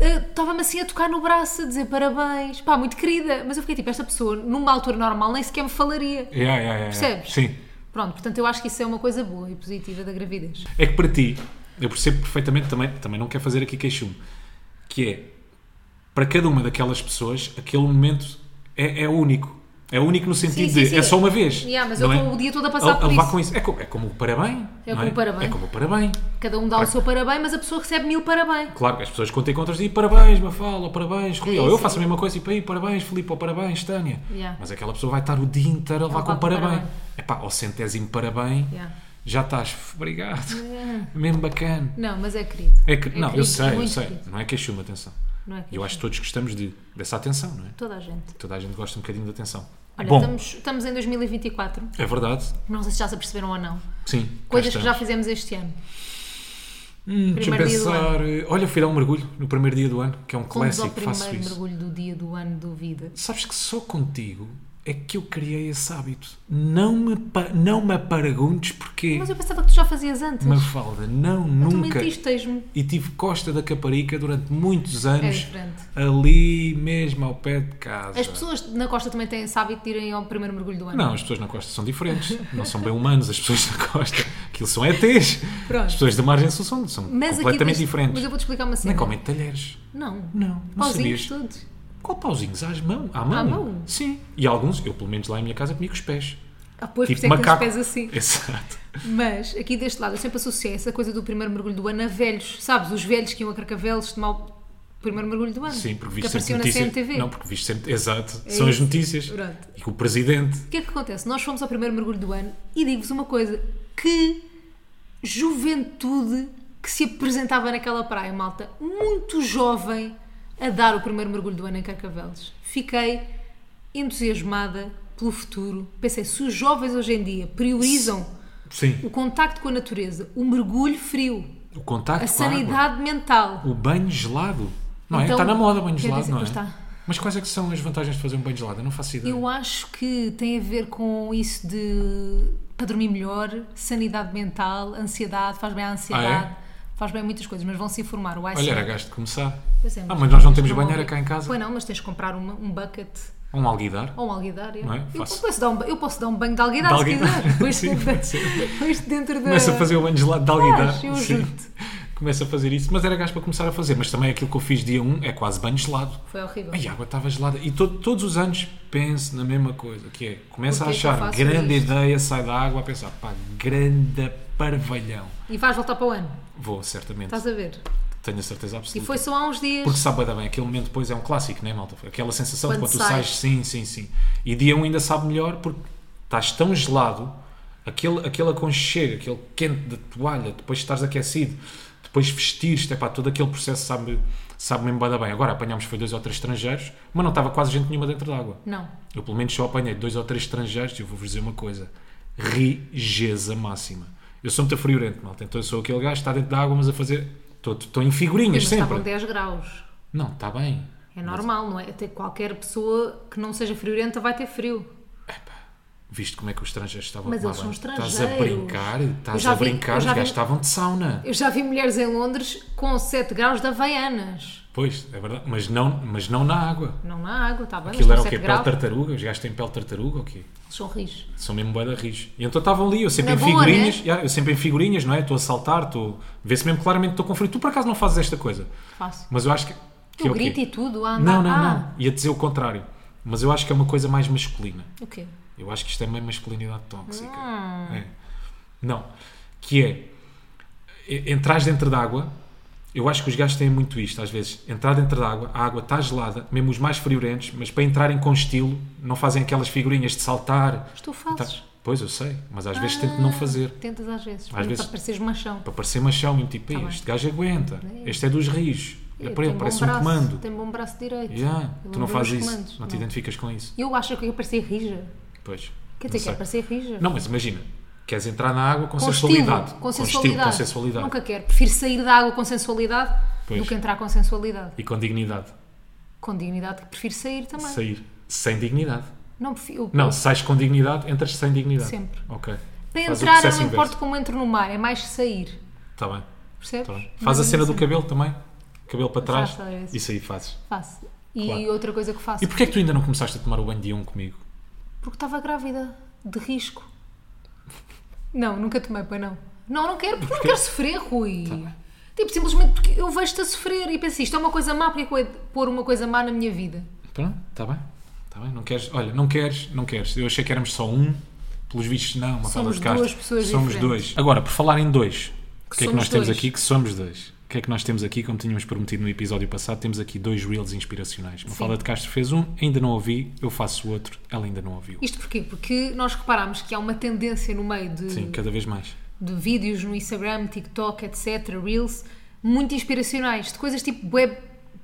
Speaker 2: ah, estava-me assim a tocar no braço, a dizer parabéns, pá, muito querida. Mas eu fiquei tipo, esta pessoa, numa altura normal, nem sequer me falaria.
Speaker 1: Yeah, yeah, yeah, yeah.
Speaker 2: Percebes?
Speaker 1: Sim.
Speaker 2: Pronto, portanto eu acho que isso é uma coisa boa e positiva da gravidez.
Speaker 1: É que para ti, eu percebo perfeitamente, também, também não quero fazer aqui queixume, que é para cada uma daquelas pessoas, aquele momento é, é único. É único no sentido
Speaker 2: sim,
Speaker 1: de
Speaker 2: sim.
Speaker 1: é só uma vez.
Speaker 2: Yeah, mas
Speaker 1: não
Speaker 2: eu
Speaker 1: é?
Speaker 2: estou o dia todo a
Speaker 1: A-
Speaker 2: passar
Speaker 1: a
Speaker 2: por
Speaker 1: levar
Speaker 2: isso.
Speaker 1: com isso. É como, é como o parabéns.
Speaker 2: É
Speaker 1: não
Speaker 2: como o parabéns.
Speaker 1: É como o parabéns.
Speaker 2: Cada um dá o seu parabéns, mas a pessoa recebe mil parabéns.
Speaker 1: Claro que as pessoas quando te encontras dizem parabéns, Mafalda, parabéns, Rui. ou eu
Speaker 2: isso.
Speaker 1: faço a mesma coisa e para aí, parabéns, Filipe, ou parabéns, Tânia.
Speaker 2: Yeah.
Speaker 1: Mas aquela pessoa vai estar o dia inteiro a levar
Speaker 2: levar
Speaker 1: com
Speaker 2: com
Speaker 1: parabéns.
Speaker 2: parabéns.
Speaker 1: Epá, ao centésimo parabéns,
Speaker 2: Yeah.
Speaker 1: já estás, "F- obrigado, mesmo bacana.
Speaker 2: Não, mas é querido.
Speaker 1: É que,
Speaker 2: É
Speaker 1: não, eu
Speaker 2: querido,
Speaker 1: sei,
Speaker 2: é
Speaker 1: eu
Speaker 2: muito
Speaker 1: sei,
Speaker 2: querido.
Speaker 1: não é queixume, atenção.
Speaker 2: Não é
Speaker 1: E eu acho que todos gostamos de, dessa atenção, não é?
Speaker 2: Toda a gente.
Speaker 1: Toda a gente gosta um bocadinho de atenção.
Speaker 2: Olha,
Speaker 1: Bom,
Speaker 2: estamos, estamos em 2024,
Speaker 1: é verdade,
Speaker 2: não sei se já se aperceberam ou não.
Speaker 1: sim. cá
Speaker 2: Coisas que já
Speaker 1: estamos.
Speaker 2: fizemos este ano.
Speaker 1: Hum, Deixa-me
Speaker 2: primeiro dia do
Speaker 1: pensar, eh, olha, fui dar um mergulho no primeiro dia do ano, que é um
Speaker 2: Fomos ao
Speaker 1: clássico, faço
Speaker 2: primeiro
Speaker 1: isso.
Speaker 2: mergulho do dia do ano do vida.
Speaker 1: Sabes que só contigo é que eu criei esse hábito. Não me, pa- não me perguntes porquê.
Speaker 2: Mas eu pensava que tu já fazias antes.
Speaker 1: Mafalda, não,
Speaker 2: tu
Speaker 1: nunca.
Speaker 2: mentiste-me.
Speaker 1: E tive Costa da Caparica durante muitos
Speaker 2: É
Speaker 1: anos,
Speaker 2: diferente.
Speaker 1: ali mesmo ao pé de casa.
Speaker 2: As pessoas na costa também têm esse hábito de irem ao primeiro mergulho do ano.
Speaker 1: Não, as pessoas na Costa são diferentes. não são bem humanos as pessoas na Costa. Aquilo são ETs.
Speaker 2: Pronto.
Speaker 1: As pessoas da margem sul são, são
Speaker 2: Mas aqui
Speaker 1: completamente
Speaker 2: neste-
Speaker 1: diferentes.
Speaker 2: Mas eu vou-te explicar uma cena.
Speaker 1: Nem comem talheres.
Speaker 2: Não.
Speaker 1: Não, não
Speaker 2: Pauzinhos
Speaker 1: sabias.
Speaker 2: todos.
Speaker 1: Qual pauzinhos? Às mão, à mão.
Speaker 2: mão?
Speaker 1: Sim. E alguns, eu pelo menos lá em minha casa, comi com os pés.
Speaker 2: Ah, pois, por isso
Speaker 1: tipo
Speaker 2: é que temos
Speaker 1: macaco. É.
Speaker 2: pés assim.
Speaker 1: Exato.
Speaker 2: Mas aqui deste lado eu sempre associei essa coisa do primeiro mergulho do ano a velhos. Sabes, os velhos que iam a carcavelos tomar o primeiro mergulho do ano.
Speaker 1: Sim, porque
Speaker 2: Que
Speaker 1: viste
Speaker 2: apareciam
Speaker 1: sempre
Speaker 2: na
Speaker 1: notícias.
Speaker 2: CMTV.
Speaker 1: Não, porque viste sempre. Exato. São as
Speaker 2: É isso.
Speaker 1: notícias.
Speaker 2: Pronto.
Speaker 1: E que o presidente.
Speaker 2: O que é que acontece? Nós fomos ao primeiro mergulho do ano e digo-vos uma coisa: que juventude que se apresentava naquela praia, malta. Muito jovem a dar o primeiro mergulho do ano em Carcavelos. Fiquei entusiasmada pelo futuro. Pensei, se os jovens hoje em dia priorizam
Speaker 1: Sim.
Speaker 2: o contacto com a natureza, o mergulho frio,
Speaker 1: O contacto.
Speaker 2: a
Speaker 1: com água,
Speaker 2: sanidade mental.
Speaker 1: o banho gelado. Não é?
Speaker 2: Então,
Speaker 1: Está na moda o banho
Speaker 2: quer
Speaker 1: gelado,
Speaker 2: dizer,
Speaker 1: não é?
Speaker 2: pois está.
Speaker 1: Mas quais é que são as vantagens de fazer um banho gelado? Eu não faço ideia.
Speaker 2: Eu acho que tem a ver com isso de para dormir melhor, sanidade mental, ansiedade, faz bem à ansiedade,
Speaker 1: Ah,
Speaker 2: faz bem a muitas coisas, mas vão se informar. O
Speaker 1: Olha,
Speaker 2: ICF,
Speaker 1: era gasto de começar.
Speaker 2: pois é,
Speaker 1: ah, mas nós não temos
Speaker 2: vão
Speaker 1: banheira
Speaker 2: ver.
Speaker 1: cá em casa.
Speaker 2: Pois não, mas tens de comprar uma- um bucket
Speaker 1: Um alguidar.
Speaker 2: ou um alguidar. é.
Speaker 1: Não é?
Speaker 2: Eu,
Speaker 1: Faço.
Speaker 2: posso dar um, ba- eu posso dar um banho de alguidar
Speaker 1: De
Speaker 2: se
Speaker 1: alguidar.
Speaker 2: quiser. Pois
Speaker 1: Sim, pode ser.
Speaker 2: pois dentro da.
Speaker 1: Começa a fazer o banho gelado de alguidar.
Speaker 2: Faz, eu
Speaker 1: Sim.
Speaker 2: ajudo-te.
Speaker 1: Começa a fazer isso. Mas era gasto para começar a fazer. Mas também aquilo que eu fiz dia 1 é quase banho gelado.
Speaker 2: Foi horrível.
Speaker 1: Ai, A água estava gelada. E to- todos os anos penso na mesma coisa, que é, começa a
Speaker 2: Porquê que eu
Speaker 1: achar
Speaker 2: faço
Speaker 1: grande
Speaker 2: isto?
Speaker 1: ideia, sai da água a pensar, pá, grande parvalhão.
Speaker 2: E vais voltar para o ano,
Speaker 1: Vou, certamente.
Speaker 2: estás a ver?
Speaker 1: Tenho a certeza
Speaker 2: E
Speaker 1: absoluta.
Speaker 2: foi só há uns dias.
Speaker 1: Porque sabe bem, bem, aquele momento depois é um clássico, não é, malta? Aquela sensação de
Speaker 2: Quando
Speaker 1: quando tu
Speaker 2: sai.
Speaker 1: sais, sim, sim, sim. E dia 1 ainda sabe melhor porque estás tão gelado, aquele, aquele aconchego, aquele quente da toalha, depois estás aquecido, depois vestir-te, epá, todo aquele processo sabe, sabe mesmo bada bem. Agora apanhámos foi dois ou três estrangeiros, mas não estava quase gente nenhuma dentro da água.
Speaker 2: Não.
Speaker 1: Eu pelo menos só apanhei dois ou três estrangeiros e eu vou-vos dizer uma coisa: rigeza máxima. Eu sou muito friorento, malta. Então eu sou aquele gajo que está dentro da água, mas a fazer. Estou, estou em figurinhas
Speaker 2: Mas
Speaker 1: sempre.
Speaker 2: estavam 10 graus.
Speaker 1: Não, está bem.
Speaker 2: É normal, não é? Até qualquer pessoa que não seja friorenta vai ter frio.
Speaker 1: Visto como é que os estrangeiros estavam
Speaker 2: Mas
Speaker 1: a
Speaker 2: eles
Speaker 1: tomar banho.
Speaker 2: são
Speaker 1: Estás a
Speaker 2: estrangeiros.
Speaker 1: brincar,
Speaker 2: Eu
Speaker 1: estás
Speaker 2: já
Speaker 1: a
Speaker 2: vi-
Speaker 1: brincar,
Speaker 2: eu
Speaker 1: os
Speaker 2: já vi-
Speaker 1: gajos estavam de sauna.
Speaker 2: Eu já vi mulheres em Londres com 7 graus de Havaianas.
Speaker 1: Pois, é verdade. Mas não, mas não na água.
Speaker 2: Não na água, está bem, mas
Speaker 1: Aquilo
Speaker 2: com
Speaker 1: era o quê?
Speaker 2: 7
Speaker 1: Pele de
Speaker 2: graus.
Speaker 1: tartaruga? Os gajos têm pele de tartaruga ou quê?
Speaker 2: Eles são rijos.
Speaker 1: São mesmo bué da rijo. E então estavam ali, eu sempre
Speaker 2: Na
Speaker 1: em
Speaker 2: boa,
Speaker 1: figurinhas,
Speaker 2: né?
Speaker 1: já, eu sempre em figurinhas, não é? Estou a saltar, estou. Vê-se mesmo claramente que estou com frio. Tu por acaso não fazes esta coisa?
Speaker 2: Faço.
Speaker 1: Mas eu acho que. que é
Speaker 2: o
Speaker 1: o quê?
Speaker 2: grito e tudo, a andar.
Speaker 1: Não, não,
Speaker 2: ah,
Speaker 1: não. Ia dizer o contrário. Mas eu acho que é uma coisa mais masculina.
Speaker 2: O quê?
Speaker 1: Eu acho que isto é meio masculinidade tóxica.
Speaker 2: Hum.
Speaker 1: É. Não. Que é. e- Entras dentro d'água Eu acho que os gajos têm muito isto, às vezes. Entrar dentro da água, a água está gelada, mesmo os mais friorentos, mas para entrarem com estilo, não fazem aquelas figurinhas de saltar.
Speaker 2: Mas tu fazes. Ah.
Speaker 1: Tá- Pois, eu sei, mas às vezes tento não fazer.
Speaker 2: Tentas às vezes, para
Speaker 1: vezes-
Speaker 2: vezes... pareceres machão.
Speaker 1: Para parecer machão, mesmo tipo, "Ei,
Speaker 2: Tá bem.
Speaker 1: este gajo aguenta,
Speaker 2: É.
Speaker 1: este é dos rios, olha para ele,
Speaker 2: Tem bom
Speaker 1: parece um
Speaker 2: braço,
Speaker 1: comando.
Speaker 2: Tem bom braço direito.
Speaker 1: Yeah,
Speaker 2: Eu um
Speaker 1: Tu não
Speaker 2: lembro-me
Speaker 1: fazes
Speaker 2: dos
Speaker 1: isso,
Speaker 2: comandos,
Speaker 1: não te identificas com isso.
Speaker 2: Eu acho que eu parecia rija.
Speaker 1: Pois.
Speaker 2: é? Quer
Speaker 1: não
Speaker 2: dizer,
Speaker 1: sei.
Speaker 2: quero parecer rija.
Speaker 1: Não, mas imagina, queres entrar na água com,
Speaker 2: com
Speaker 1: sensualidade.
Speaker 2: estilo,
Speaker 1: Com
Speaker 2: com
Speaker 1: estilo,
Speaker 2: sensualidade.
Speaker 1: com sensualidade.
Speaker 2: Nunca quero. Prefiro sair da água com sensualidade
Speaker 1: Pois.
Speaker 2: do que entrar com sensualidade.
Speaker 1: E com dignidade.
Speaker 2: Com dignidade, que prefiro sair também.
Speaker 1: Sair sem dignidade.
Speaker 2: Não, prefiro, eu-
Speaker 1: Não, sais com dignidade, entras sem dignidade.
Speaker 2: Sempre.
Speaker 1: Ok.
Speaker 2: Para
Speaker 1: Faz o
Speaker 2: entrar, eu
Speaker 1: processo
Speaker 2: não
Speaker 1: inverso.
Speaker 2: importo como entro no mar, é mais sair.
Speaker 1: Está bem,
Speaker 2: Percebes?
Speaker 1: tá bem.
Speaker 2: Mais
Speaker 1: Faz a
Speaker 2: ou
Speaker 1: cena
Speaker 2: menos
Speaker 1: do
Speaker 2: assim.
Speaker 1: cabelo também. Cabelo para trás.
Speaker 2: Faço, é isso.
Speaker 1: Isso aí fazes.
Speaker 2: Faço. E
Speaker 1: Claro.
Speaker 2: outra coisa que faço.
Speaker 1: E porquê é que tu ainda não começaste a tomar o banho de um comigo?
Speaker 2: Porque estava grávida, de risco. Não, nunca tomei, pois não. Não, não quero, porque eu não quero sofrer, Rui.
Speaker 1: Tá
Speaker 2: Tipo, simplesmente porque eu vejo-te a sofrer e penso, isto é uma coisa má, porque é que eu hei de pôr uma coisa má na minha vida?
Speaker 1: Pronto, está bem. Está bem, não queres. Olha, não queres, não queres. Eu achei que éramos só um. Pelos vistos, não. Uma fala
Speaker 2: Somos
Speaker 1: de Castro.
Speaker 2: duas pessoas
Speaker 1: Somos
Speaker 2: diferentes.
Speaker 1: dois. Agora, por falar em dois, o que é
Speaker 2: Que
Speaker 1: que
Speaker 2: somos
Speaker 1: nós temos
Speaker 2: dois.
Speaker 1: aqui? Que somos dois. O que é que nós temos aqui, como tínhamos prometido no episódio passado, temos aqui dois reels inspiracionais. Uma fala de Castro fez um, ainda não ouvi, eu faço o outro, ela ainda não ouviu.
Speaker 2: Isto porquê? Porque nós reparámos que há uma tendência no meio de,
Speaker 1: Sim, cada vez mais.
Speaker 2: de vídeos no Instagram, TikTok, etc., Reels, muito inspiracionais, de coisas tipo web,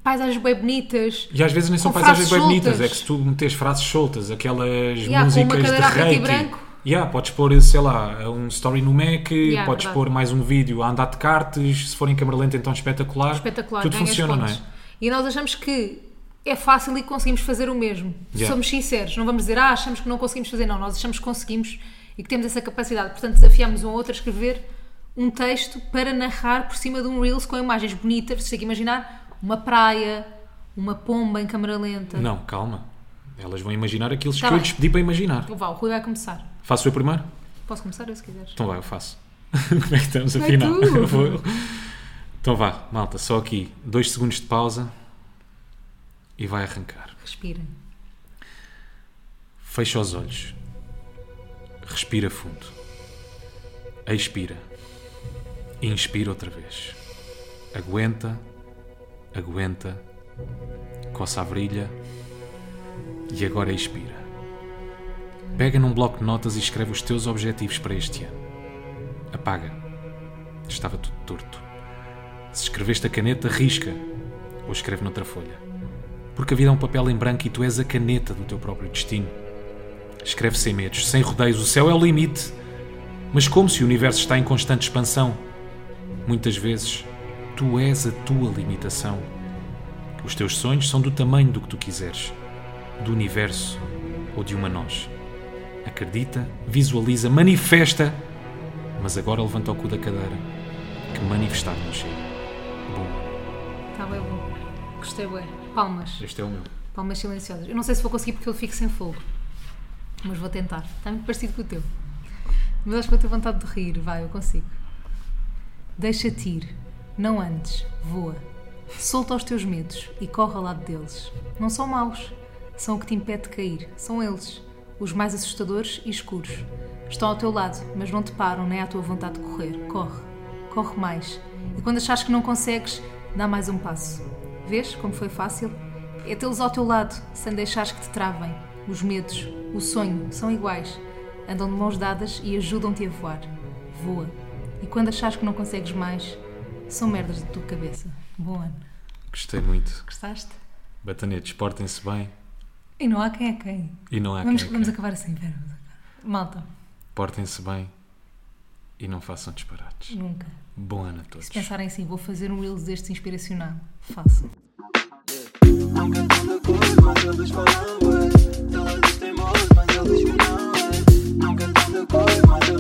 Speaker 2: paisagens bem bonitas.
Speaker 1: E às vezes nem são
Speaker 2: Com
Speaker 1: paisagens
Speaker 2: frases
Speaker 1: bem bonitas,
Speaker 2: soltas.
Speaker 1: é que se tu metes frases soltas, aquelas
Speaker 2: Yeah, com uma
Speaker 1: músicas de
Speaker 2: cadeira a preto e
Speaker 1: reiki,
Speaker 2: branco.
Speaker 1: yeah, podes pôr, sei lá, um story no Mac,
Speaker 2: Yeah,
Speaker 1: podes
Speaker 2: verdade.
Speaker 1: pôr mais um vídeo a andar de kartes, se for em câmera lenta então espetacular,
Speaker 2: espetacular,
Speaker 1: tudo
Speaker 2: ganhas
Speaker 1: funciona, não
Speaker 2: pontos.
Speaker 1: é?
Speaker 2: E nós achamos que é fácil e conseguimos fazer o mesmo.
Speaker 1: Yeah.
Speaker 2: Somos sinceros, não vamos dizer, ah, achamos que não conseguimos fazer, não, nós achamos que conseguimos e que temos essa capacidade. Portanto, desafiamos um ao outro a escrever um texto para narrar por cima de um Reels com imagens bonitas. Vocês têm que imaginar uma praia, uma pomba em câmera lenta.
Speaker 1: Não, calma, elas vão imaginar aquilo que
Speaker 2: Tá
Speaker 1: eu
Speaker 2: bem.
Speaker 1: lhes pedi para imaginar.
Speaker 2: Então vá, o Rui vai começar.
Speaker 1: Faço eu primeiro?
Speaker 2: Posso começar eu, se quiseres?
Speaker 1: Então vai, eu faço. Como é que estamos
Speaker 2: Vai
Speaker 1: afinal?
Speaker 2: tu.
Speaker 1: Eu vou eu. Então vá, malta, só aqui, dois segundos de pausa e vai arrancar.
Speaker 2: Respira.
Speaker 1: Fecha os olhos. Respira fundo. Expira. Inspira outra vez. Aguenta. Aguenta. Coça a virilha. E agora expira. Pega num bloco de notas e escreve os teus objetivos para este ano. Apaga. Estava tudo torto. Se escreveste a caneta, risca. Ou escreve noutra folha. Porque a vida é um papel em branco e tu és a caneta do teu próprio destino. Escreve sem medos, sem rodeios, o céu é o limite. Mas como se o universo está em constante expansão? Muitas vezes, tu és a tua limitação. Os teus sonhos são do tamanho do que tu quiseres, do universo ou de uma nós. Acredita, visualiza, manifesta, mas agora levanta o cu da cadeira, que manifestar não chega. Bom,
Speaker 2: Está Tá bem bom. Gostei bem. Palmas.
Speaker 1: este é o meu.
Speaker 2: Palmas silenciosas. Eu não sei se vou conseguir porque eu fico sem fogo. Mas vou tentar. Está muito parecido com o teu. Mas acho que vou ter vontade de rir. Vai, eu consigo. Deixa-te ir. Não antes. Voa. Solta os teus medos e corre ao lado deles. Não são maus. São o que te impede de cair. São eles. Os mais assustadores e escuros. Estão ao teu lado, mas não te param nem à tua vontade de correr. Corre. Corre mais. E quando achares que não consegues, dá mais um passo. Vês como foi fácil? É tê-los ao teu lado, sem deixares que te travem. Os medos, o sonho, são iguais. Andam de mãos dadas e ajudam-te a voar. Voa. E quando achares que não consegues mais, são merdas da tua cabeça. Bom ano.
Speaker 1: Gostei muito.
Speaker 2: Gostaste?
Speaker 1: Batanetes, portem-se bem
Speaker 2: E não há quem é quem.
Speaker 1: e não há
Speaker 2: vamos,
Speaker 1: quem é
Speaker 2: vamos
Speaker 1: quem.
Speaker 2: acabar assim, pera, vamos acabar. Malta,
Speaker 1: Portem-se bem e não façam disparates.
Speaker 2: nunca.
Speaker 1: Bom ano a todos.
Speaker 2: Se pensarem assim, vou fazer um Reels deste inspiracional. Façam.
Speaker 3: Nunca tanta coisa, mas eles falam, ué. Elas dizem muito, mas eles não, ué. Nunca tanta coisa, mas eles